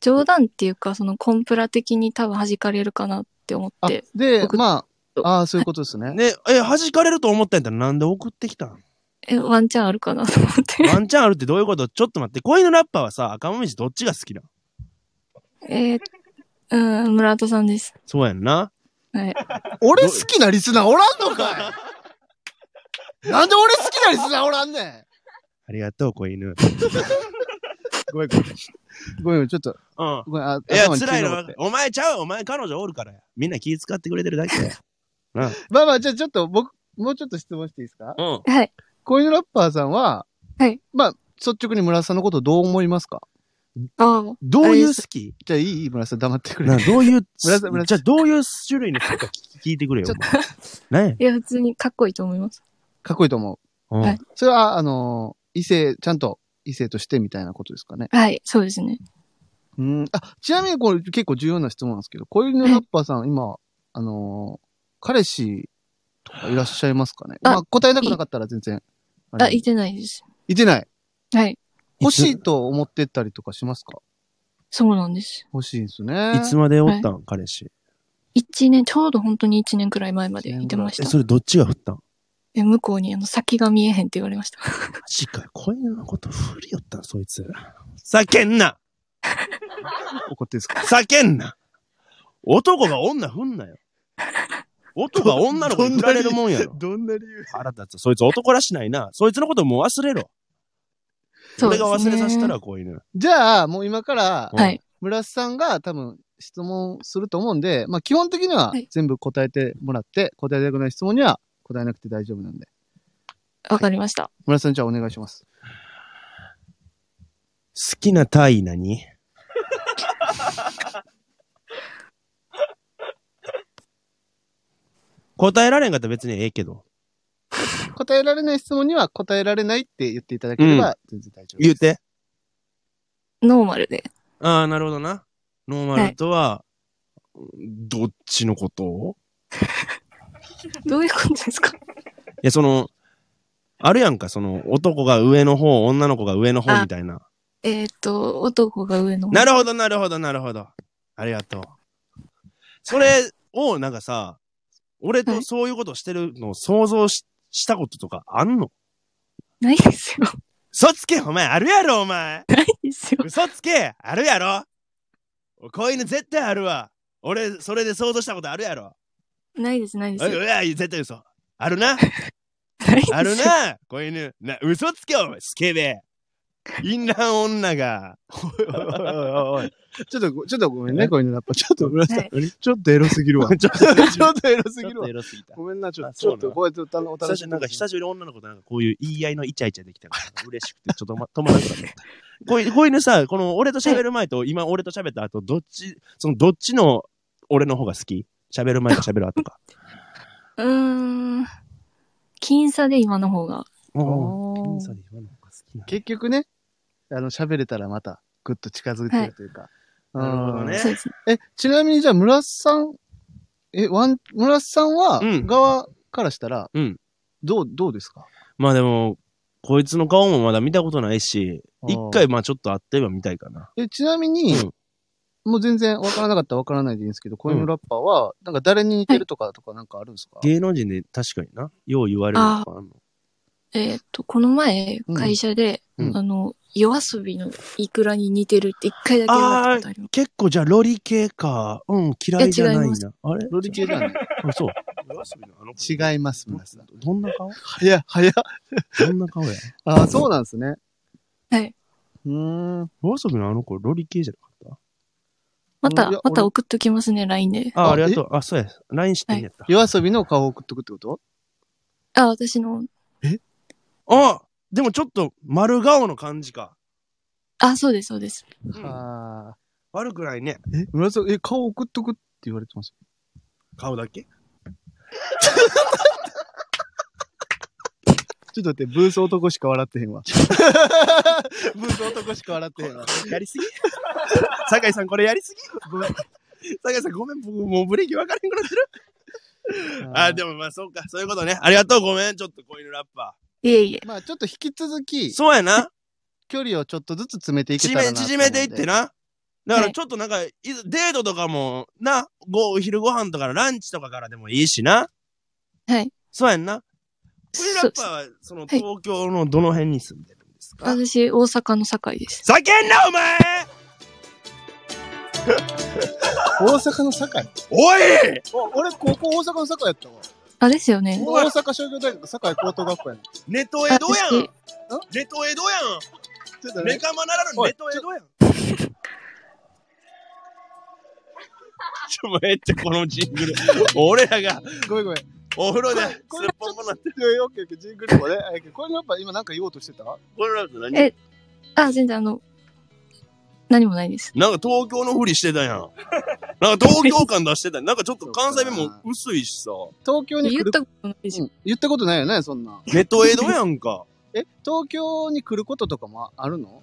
G: 冗談っていうか、そのコンプラ的に多分弾かれるかなって思っ
A: あ
G: て。、
A: で、
G: 僕
A: まあ、ああー、そういうことですね。
H: ね、え、弾かれると思ったんやったらなんで送ってきたん
G: え、ワンチャンあるかなと思 って。
H: ワンチャンあるってどういうことちょっと待って、子犬ラッパーはさ、赤もみじどっちが好きなん
G: えー、うん、村田さんです。
H: そうやんな。
G: はい。
A: 俺好きなリスナーおらんのか いなんで俺好きなリスナーおらんねん
H: ありがとう、子犬。
A: ごめんごめん。ごめんごめん、ちょっと、
H: うん。
A: ごめん、あ
H: いや、
A: 頭に
H: 辛いの
A: 血が上
H: は
A: って。
H: お前ちゃう、お前彼女おるからや。みんな気遣ってくれてるだけ や。
A: まあまあ、じゃあちょっと僕、もうちょっと質問していいですか
H: うん。
G: はい。
A: 子犬ラッパーさんは、
G: はい。
A: まあ、率直に村田さんのことどう思いますか
G: ああ。
B: どういう好き
A: じゃあいいいい村さん黙ってくれ。
B: などういう、
A: 村瀬村瀬
B: じゃあどういう種類の人か聞いてくれよ。お前ね
G: いや、普通にかっこいいと思います。
A: かっこいいと思。
B: うん
G: はいう
A: それは、あの、異性、ちゃんと異性としてみたいなことですかね。
G: はい、そうですね。
A: うん。あ、ちなみにこれ結構重要な質問なんですけど、恋のラッパーさん、今、あの、彼氏とかいらっしゃいますかね
G: あ
A: まあ、答えなくなかったら全然。れ
G: あ、いてないです。
A: いてない。
G: はい、
A: 欲しいと思ってたりとかしますか
G: そうなんです。
A: 欲しいんですね。
B: いつまでおったん彼氏。
G: 一年、ちょうど本当に一年くらい前までいてまし
B: え、
G: た。
B: それどっちが振ったん
G: え向こうにあの先が見えへんって言われました。
B: マジかよ。恋のこと振りよったん、そいつ。叫んな
A: 怒ってるんですか
B: 叫んな男が女振んなよ。男が女の子に振られるもんやろ。
A: どんな理由
B: 腹立つ。そいつ男らしないな。そいつのこともう忘れろ。
G: そうで
B: 俺
G: す
B: が
G: ね。
B: 忘れさせたら子犬。
A: じゃあ、もう今から、
G: はい。
A: 村瀬さんが多分質問すると思うんで、まあ基本的には
G: はい
A: 全部答えてもらって、答えたくない質問には答えなくて大丈夫なんで。
G: わかりました。
A: 村瀬さんじゃあお願いします。
B: 好きな体位何答えられんかったら別にええけど。
A: 答えられない質問には答えられないって言っていただければ全然大丈夫です。
B: 言うて。
G: ノーマルで。
B: ああ、なるほどな。ノーマルとは、どっちのことを
G: どういうことですか
B: いや、その、あるやんか、その、男が上の方、女の子が上の方みたいな。
G: えーっと、男が上の。
B: なるほど、なるほど、なるほど。ありがとう。それを、なんかさ、俺とそういうことしてるのを想像ししたこととかあんの
G: ないですよ。
B: 嘘つけ、お前、あるやろ、お前。
G: ないですよ。
B: 嘘つけ、あるやろ。子犬絶対あるわ。俺、それで想像したことあるやろ。
G: ないです、ないで
B: お
G: す
B: い
G: よ。
B: おい、絶対嘘。あるな。
G: ないですよ
B: あるな、 子犬。な、嘘つけ、お前、スケベ。淫乱女が。
A: おいおいおいおいちょっとご、ちょっとごめんね、こういうのやっぱ。 ちょっと村瀬さん、
G: は
A: ちょっとエロすぎ るわ。
B: ちょっと
A: ちょっとエロすぎるわ。
B: エロすぎた。
A: ごめんな、ちょっ
B: あ
A: と、ち
B: そう
A: ょ
B: な
A: っ
B: の
A: と、こうやってお楽
B: 久
A: し
B: し
A: み
B: ぶりなんか久しぶりに女の子となんかこういう言い合いのイチャイチャできたから嬉しくてちょっと、ま、止まらなくなった。 こういう、こういうのさ、この俺と喋る前と今俺と喋った後、どっち、そのどっちの俺の方が好き喋る前と喋る 後か。
G: うーん。僅差で今の方が。
B: もう、
A: おー
B: 僅差で今の方が好きなの。
A: 結局ね、あの、喋れたらまた、ぐっと近づいてるというか。
B: はいなるほどね
G: そうですね。
A: え、ちなみにじゃあ、村瀬さん、え、ワン、村瀬さんは、
B: うん
A: 側からしたら、
B: うん
A: どう、どうですか
B: まあでも、こいつの顔もまだ見たことないし、
A: あー
B: 一回まあちょっと会ってば見たいかな。
A: え、ちなみに、
B: うん
A: もう全然わからなかったらわからないでいいんですけど、恋のラッパーは、なんか誰に似てるとかとかなんかあるんですか、
B: 芸能人で確かにな、よう言われるのかあんの。
G: えーっと、この前
A: うん、
G: 会社で、
A: うん
G: あの、夜遊びのイクラに似てるって一回だけ言われたことあります。
B: 結構じゃあロリ系か。うん、嫌いじゃない
G: いや違い
B: な
G: ま。
B: あれ
A: ロリ系じゃない
B: あ、そう。
A: 違います、村瀬さん。
B: どんな顔
A: 早い、早い。
B: どんな顔や
A: あ、そうなんですね。
G: はい。
A: うーん。
B: 夜遊びのあの子、ロリ系じゃなかっ
G: ま
A: いや
G: た、ま
A: 俺
G: た送っときますね、LINE で。
B: た
A: あ
B: あ、ありがとう。あ、そうや。LINE してんやった。
A: 夜遊びの顔を送っとくってこと
G: あ、私の、
B: あでもちょっと丸顔の感じか。
G: あ、そうです、そうです。
A: あ
B: 悪くないね。
A: ーえ、村瀬さん、え、顔送っとくって言われてます。
B: 顔だけ
A: ちょっと待って、ブース男しか笑ってへん わ。ブース男しか笑ってへんわ。
B: やりすぎ 酒井さん、これやりすぎごめん。酒井さん、ごめん。僕もうブレーキ分からんくなってる。あ、でもまあそうか。そういうことね。ありがとう。ごめん。ちょっとこういうラッパ
G: いえいえ。
A: まあちょっと引き続き
B: ー。、そうやな。
A: 距離をちょっとずつ詰めていけ
B: 縮
A: たらな
B: め、縮めていって
A: な。
B: な。だから
G: はい
B: ちょっとなんか、いずデートとかも、な、ご、お昼ご飯とかランチとかからでもいいしな。
G: はい。
B: そうやんな。これラ
G: そ
B: ッ
G: う
B: パーは、その、東京のどの辺に住んでるんですか、
G: 私、大阪の堺です。
B: 叫んな、お前
A: 大阪の堺
B: おい
A: 俺、高校大阪の堺やったわ。
G: あ、ですよね。
A: 大阪商業大学堺高等学校やねん。
B: ネト江戸やん
G: 私
B: ネト江戸や
A: ちょっと
B: んメ
A: ね、
B: カマならぬ
A: おい
B: ネト江戸やんちょ、めっちゃこのジングル。俺らが、
A: ごめんごめん。
B: お風呂で、すっ
A: これ
B: ぽんぽんなってる。
A: いやいやオッケーオッケー、ジングルもね。えこれやっぱ今なんか言おうとしてた
B: これラッパー何
G: えあ、全然あの、何もないです。
F: なんか東京のふりしてたやん。なんか東京感出してた。なんかちょっと関西弁も薄いしさ。
A: 東京に来
G: 言っ
A: る
G: たことないし
A: う、ん言ったことないよね、そんな。
F: ネトエドやんか。
A: え、東京に来ることとかもあるの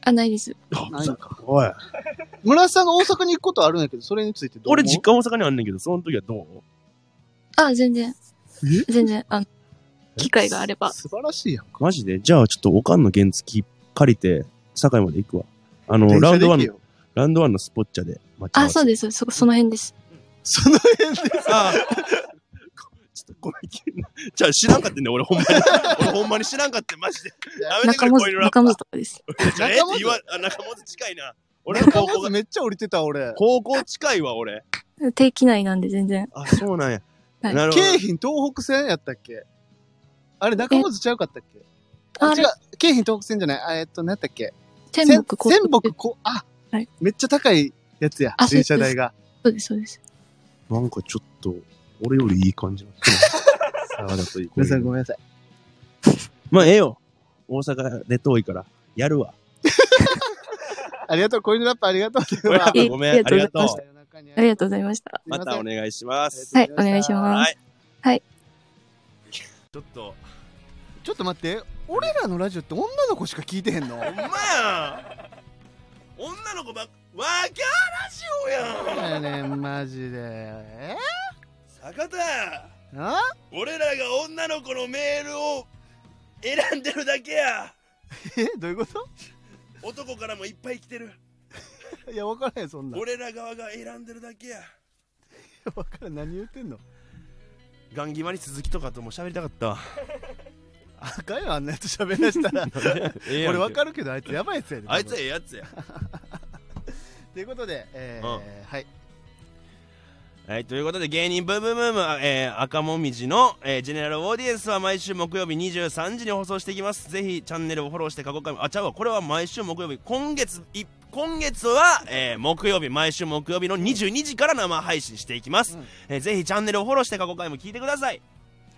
G: あ、ないです。
A: ないんか。
F: おい。
A: 村瀬さんが大阪に行くことあるんやけど、それについてどう思う
F: 俺実家大阪にあんねんけど、その時はどう
G: あ、全然。全然、あの、機会があれば。
A: 素晴らしいやんか。
F: マジでじゃあちょっとおかんの原付借りて、堺まで行くわ。あの、ラウンドワン
A: 電車で行けよ。
F: ラウンドワンのスポッチャで待ち合わ
G: あ、
F: せ
G: そうです。そ、その辺です。
A: その辺で
F: ああちょっとごめん急にじゃあ知らんかってんね俺ほんま に。俺ほんまに知らんかってマジで。やめてく
G: 中
F: れ、
G: 本
F: こういう、のラッパ
G: 中本とかです。
F: じゃあええって言わ、あ中本近いな。俺の高校
A: 中
F: が
A: 本、めっちゃ降りてた、俺。
F: 高校近いわ、俺。
G: 定期内なんで全然。
F: あ、そうなんや。
G: はい
F: なるほど。
A: 京浜東北線やったっけあれ、中本ちゃうかったっけ
G: あ
A: 違
G: れ
A: う、京浜東北線じゃない。あ、えっと、何やったっけ
G: 天
A: 仙
G: 目
A: 北
G: 高速
A: 仙北こ、あ、
G: はい
A: めっちゃ高いやつや
G: あ、
A: 電車代が。
G: そうです、そうです。
F: なんかちょっと、俺よりいい感じの 人。沢田 といい
A: 皆さんごめんなさい。
F: まあ、ええよ。大阪で遠いから、やるわ。
A: ありがとう、コインラップありがとう。では
G: え
F: ごめん、ありがとう
G: ありがとうござい。ましありがとうございました。
F: またお願いします。
G: はい、お願いし
A: す。
G: ま
F: は
G: す
F: い。
B: ちょっと
A: ちょっと待って、俺らのラジオって女の子しか聞いてへんの
B: ほんまやん女の子ばっわーキャーラジオやん
A: やねん、マジで。え
B: 坂田
A: あ
B: 俺らが女の子のメールを選んでるだけや
A: えどういうこと
B: 男からもいっぱい来てる
A: いや、わからへん、そんなん。
B: 俺ら側が選んでるだけや
A: わからん、何言ってんの
B: ガンギマリ鈴木とかとも喋りたかった わ
A: あかんよ、あんなやつ喋らしたら。俺 わかるけど、あいつやばいやつやで。
B: あいつは
A: と
B: ええやつや
A: いうことで、えー、はい。
B: はい、ということで芸人ブームブーム、あえー赤もみじの、えージェネラルオーディエンスは毎週木曜日23時に放送していきますぜひチャンネルをフォローして過去回もあちゃうわこれは毎週木曜日今月い今月は、えー木曜日毎週木曜日の22時から生配信していきます、
A: うん
B: えーぜひチャンネルをフォローして過去回も聞いてください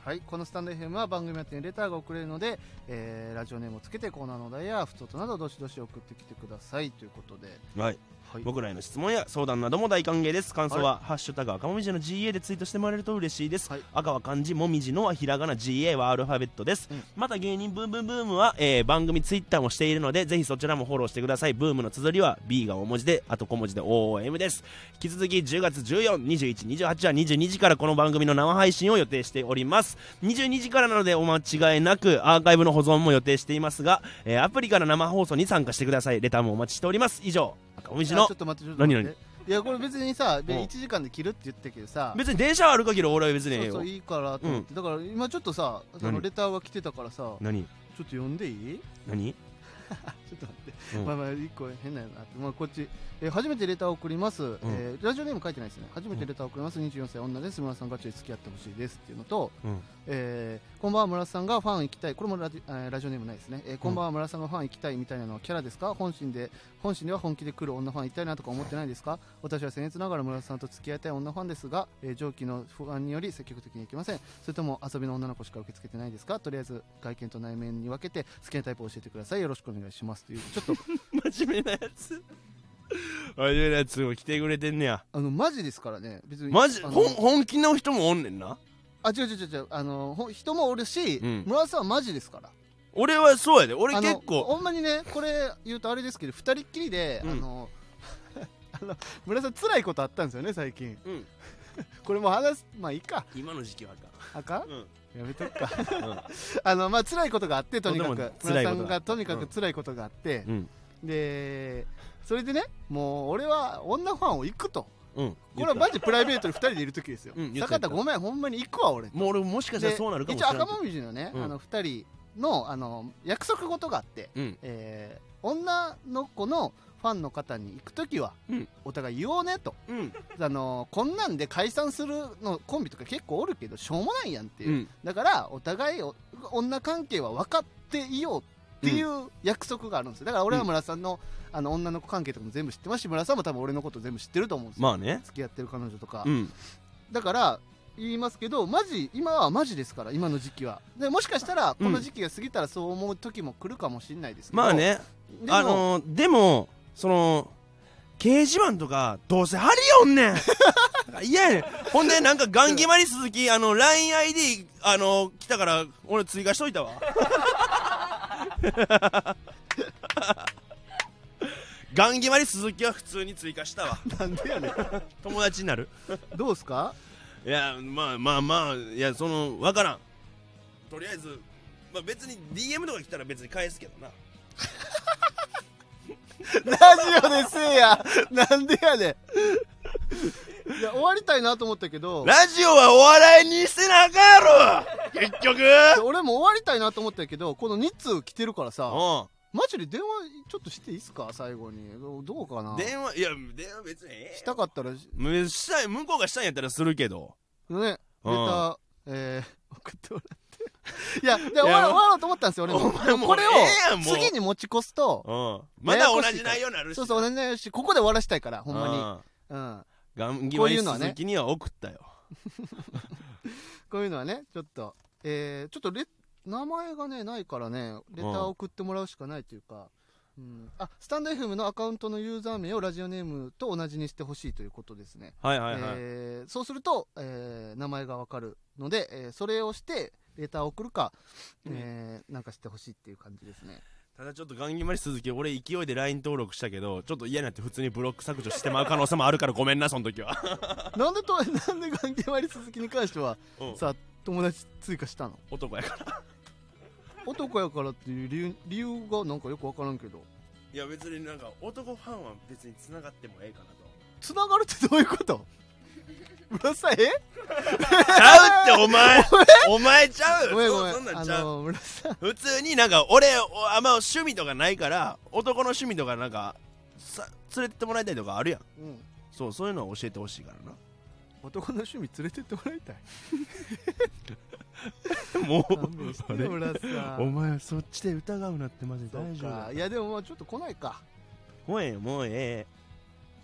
A: はい、このスタンド FM は番組宛てにレターが送れるので、えー、ラジオネームをつけてコーナーのお題や、ふつおとなどどしどし送ってきてくださいということで、
B: はい
A: はい、
B: 僕らへの質問や相談なども大歓迎です感想は「ハッシュタグ赤もみじの GA」でツイートしてもらえると嬉しいです、
A: はい
B: 赤は漢字もみじのはひらがな GA はアルファベットです、
A: うん
B: また芸人ブームブームブームは、えー番組ツイッターもしているのでぜひそちらもフォローしてくださいブームの綴りは B が大文字であと小文字で OOM です引き続き10月142128は22時からこの番組の生配信を予定しております22時からなのでお間違いなくアーカイブの保存も予定していますが、えーアプリから生放送に参加してくださいレターもお待ちしております以上赤もみじ
A: あ
B: の
A: ちょっと待って、ちょっと待って。
B: 何
A: いや、これ別にさ、
B: うん
A: 1時間で切るって言ったけどさ、
B: 別に電車はある限り俺は別にええ
A: そう
B: よ
A: そういいからと思って、だから今ちょっとさ、その
B: 何
A: レターが来てたからさ、ちょっ
B: 何
A: と読んでいい
B: 何
A: ちょっと待って、
B: うん
A: まあまあ一個変なのあって、まあ、こっち、えー初めてレターを送ります、えーラジオネーム書いてないですね初めてレターを送ります、24歳女です村さんガチで付き合ってほしいですっていうのと、
B: うん
A: えーこんばんは村さんがファン行きたいこれもラジ,、えーラジオネームないですね、えーこんばんは村さんがファン行きたいみたいなのはキャラですか本心で本心では本気で来る女ファンいたいなとか思ってないですか私は僭越ながら村さんと付き合いたい女ファンですが、えー上記の不安により積極的に行きませんそれとも遊びの女の子しか受け付けてないですかとりあえず外見と内面に分けて好きなタイプを教えてくださいよろしくお願いしますというち ょっと
B: 真面目なやつ真面目なやつも来てくれてんねや
A: あのマジですからね別に
B: マジ
A: あの
B: ほん本気の人もおんねんな
A: あ違う違う違う違うあのほ人もおるし、
B: うん
A: 村田さんはマジですから
B: 俺はそうやで俺
A: あの
B: 結構
A: ほんまにねこれ言うとあれですけど二人っきりで、
B: うん
A: あの あの村田さん辛いことあったんですよね最近
B: うん
A: これもう話すまあいいか
B: 今の時期はあかん
A: あかん
B: うん
A: やめとくか
B: うん
A: あのまあ辛いことがあってとにかく
B: とて
A: 村田
B: も辛い
A: さ
B: ことが
A: んがとにかく辛いことがあって、
B: うん
A: でそれでねもう俺は女ファンを行くと
B: うん
A: これはマジプライベートで2人でいる時ですよ、
B: うん言った
A: 坂田
B: 言っ
A: ご
B: た
A: めんほんまに行くわ俺
B: もう俺もしかしたらそうなるかもし
A: 一
B: れ
A: 応
B: ない
A: 赤もみじのね、
B: うん
A: あの2人のあの約束事があって、
B: うん
A: えー女の子のファンの方に行く時は、
B: うん
A: お互い言おうねと
B: うん
A: あのこんなんで解散するのコンビとか結構おるけどしょうもないやんっていう、
B: うん
A: だからお互いお女関係は分かっていようっていう約束があるんですよだから俺は村さんの,、あの女の子関係とかも全部知ってますし村さんも多分俺のこと全部知ってると思うんですよ、
B: まあね
A: 付き合ってる彼女とか、
B: うん
A: だから言いますけどマジ今はマジですから今の時期はでもしかしたらこの時期が過ぎたらそう思う時も来るかもしれないですけど、
B: まあね
A: でも
B: あのーでもその掲示板とかどうせ貼りよん ねんだから嫌やねんほんでなんかガン決まり鈴木あの LINEID あの来たから俺追加しといたわ ガン決まり鈴木は普通に追加したわ
A: なんでやねん。
B: 友達になる
A: どうすか
B: いやまあまあまあいやその分からんとりあえず、まあ、別に DM とか来たら別に返すけどな
A: ラジオでせいや。なんでやねん。いや、終わりたいなと思ったけど、
B: ラジオはお笑いにしてなあかんやろ結局
A: 俺も終わりたいなと思ったけど、この2通来てるからさ、
B: う
A: マジで電話ちょっとしていいっすか最後に。どどうかなん
B: 電話いや電話別にええ
A: したかったら、ね、
B: むしたい向こうがしたいんやったらするけど
A: ネ
B: うん
A: タ、えー、 送ってもらって。いや、で
B: い
A: 終わ
B: や
A: ろう終わろうと思ったんですよ、俺も。
B: お前もう
A: これを
B: ええやんもう
A: 次に持ち越すと、
B: うんまだ同じ内容になるし
A: そうそう、ね、し、ここで終わらしたいから、ほんまに。
B: ま
A: うん。
B: にガンギ
A: こ
B: マ
A: うい
B: リ
A: うのはね
B: 鈴木には送ったよ
A: こういうのはね、ちょっと、えー、ちょっとレ、名前がね、ないからね、レター送ってもらうしかないというか、うん、あ、スタンド FM のアカウントのユーザー名をラジオネームと同じにしてほしいということですね。
B: はいはいはい、
A: えーそうすると、えー名前がわかるので、えーそれをしてレターを送るか、えーなんかしてほしいっていう感じですね
B: ただちょっとガンギマリ鈴木俺勢いで LINE 登録したけどちょっと嫌になって普通にブロック削除してまう可能性もあるからごめんなその時は、
A: なんでとなんで関係割り鈴木に関しては
B: うん
A: さ友達追加したの
B: 男やから
A: 男やからっていう理由理由がなんかよくわからんけど
B: いや別になんか男ファンは別に繋がってもええかなと
A: つながるってどういう ことうるさいえ
B: ちゃうってお前お前ちゃう
A: ごめんごめん
B: そそんな
A: あ
B: んちゃう、
A: のうるさい
B: 普通になんか俺おあんま趣味とかないから男の趣味とかなんかさ連れてってもらいたいとかあるやん
A: うん
B: そうそういうのは教えてほしいから
A: 男の趣味連れてってもらいたい
B: な も
A: 勘弁してようるさい
B: 前そっちで疑うなってマジ
A: そうかいやでもまあちょっと来ないか
B: もうええもうええ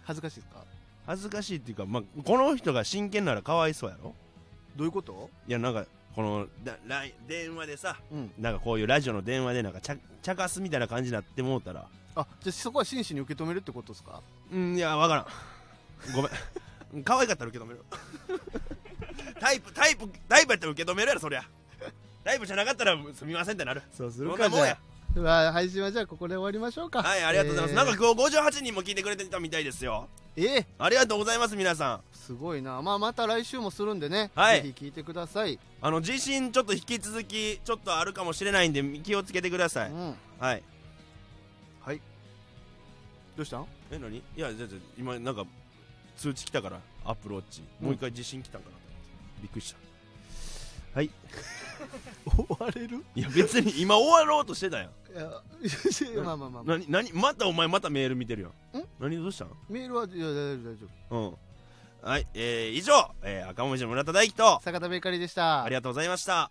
A: 恥ずかしいですか
B: 恥ずかしいっていうか、まあ、この人が真剣ならかわいそうやろ
A: どういうこと
B: いやなんかこのだライン電話でさ
A: うん
B: なんかこういうラジオの電話でなんかちゃちゃかすみたいな感じになってもうたら
A: あじゃあそこは真摯に受け止めるってことですか
B: うんいやわからんごめん可愛かったら受け止めるタイプタイプタイプやったら受け止めるやろそりゃタイプじゃなかったらすみませんってなる
A: そうす
B: そんなもんや
A: では配信はじゃあここで終わりましょうか
B: はいありがとうございます、なんか
A: か
B: 今日58人も聞いてくれてたみたいですよ
A: えーえー
B: ありがとうございます皆さん
A: すごいなまあまた来週もするんでね、
B: はい
A: ぜひ聞いてください、
B: あの地震ちょっと引き続きちょっとあるかもしれないんで気をつけてください、
A: うん
B: はい
A: どうしたん
B: え何いやじゃあじゃあ今なんか通知来たからアップローチもう一回地震来たんかなと思ってびっくりした
A: 終われる
B: いや別に今終わろうとしてたよ
A: いやいやまあまあまあ、
B: 何何またお前またメール見てるよ
A: ん
B: 何どうしたん
A: メールはいや大丈夫大丈夫
B: うんはいえー、以上、えー、赤文字の村田大樹と
A: 坂田ベーカリーでした
B: ありがとうございました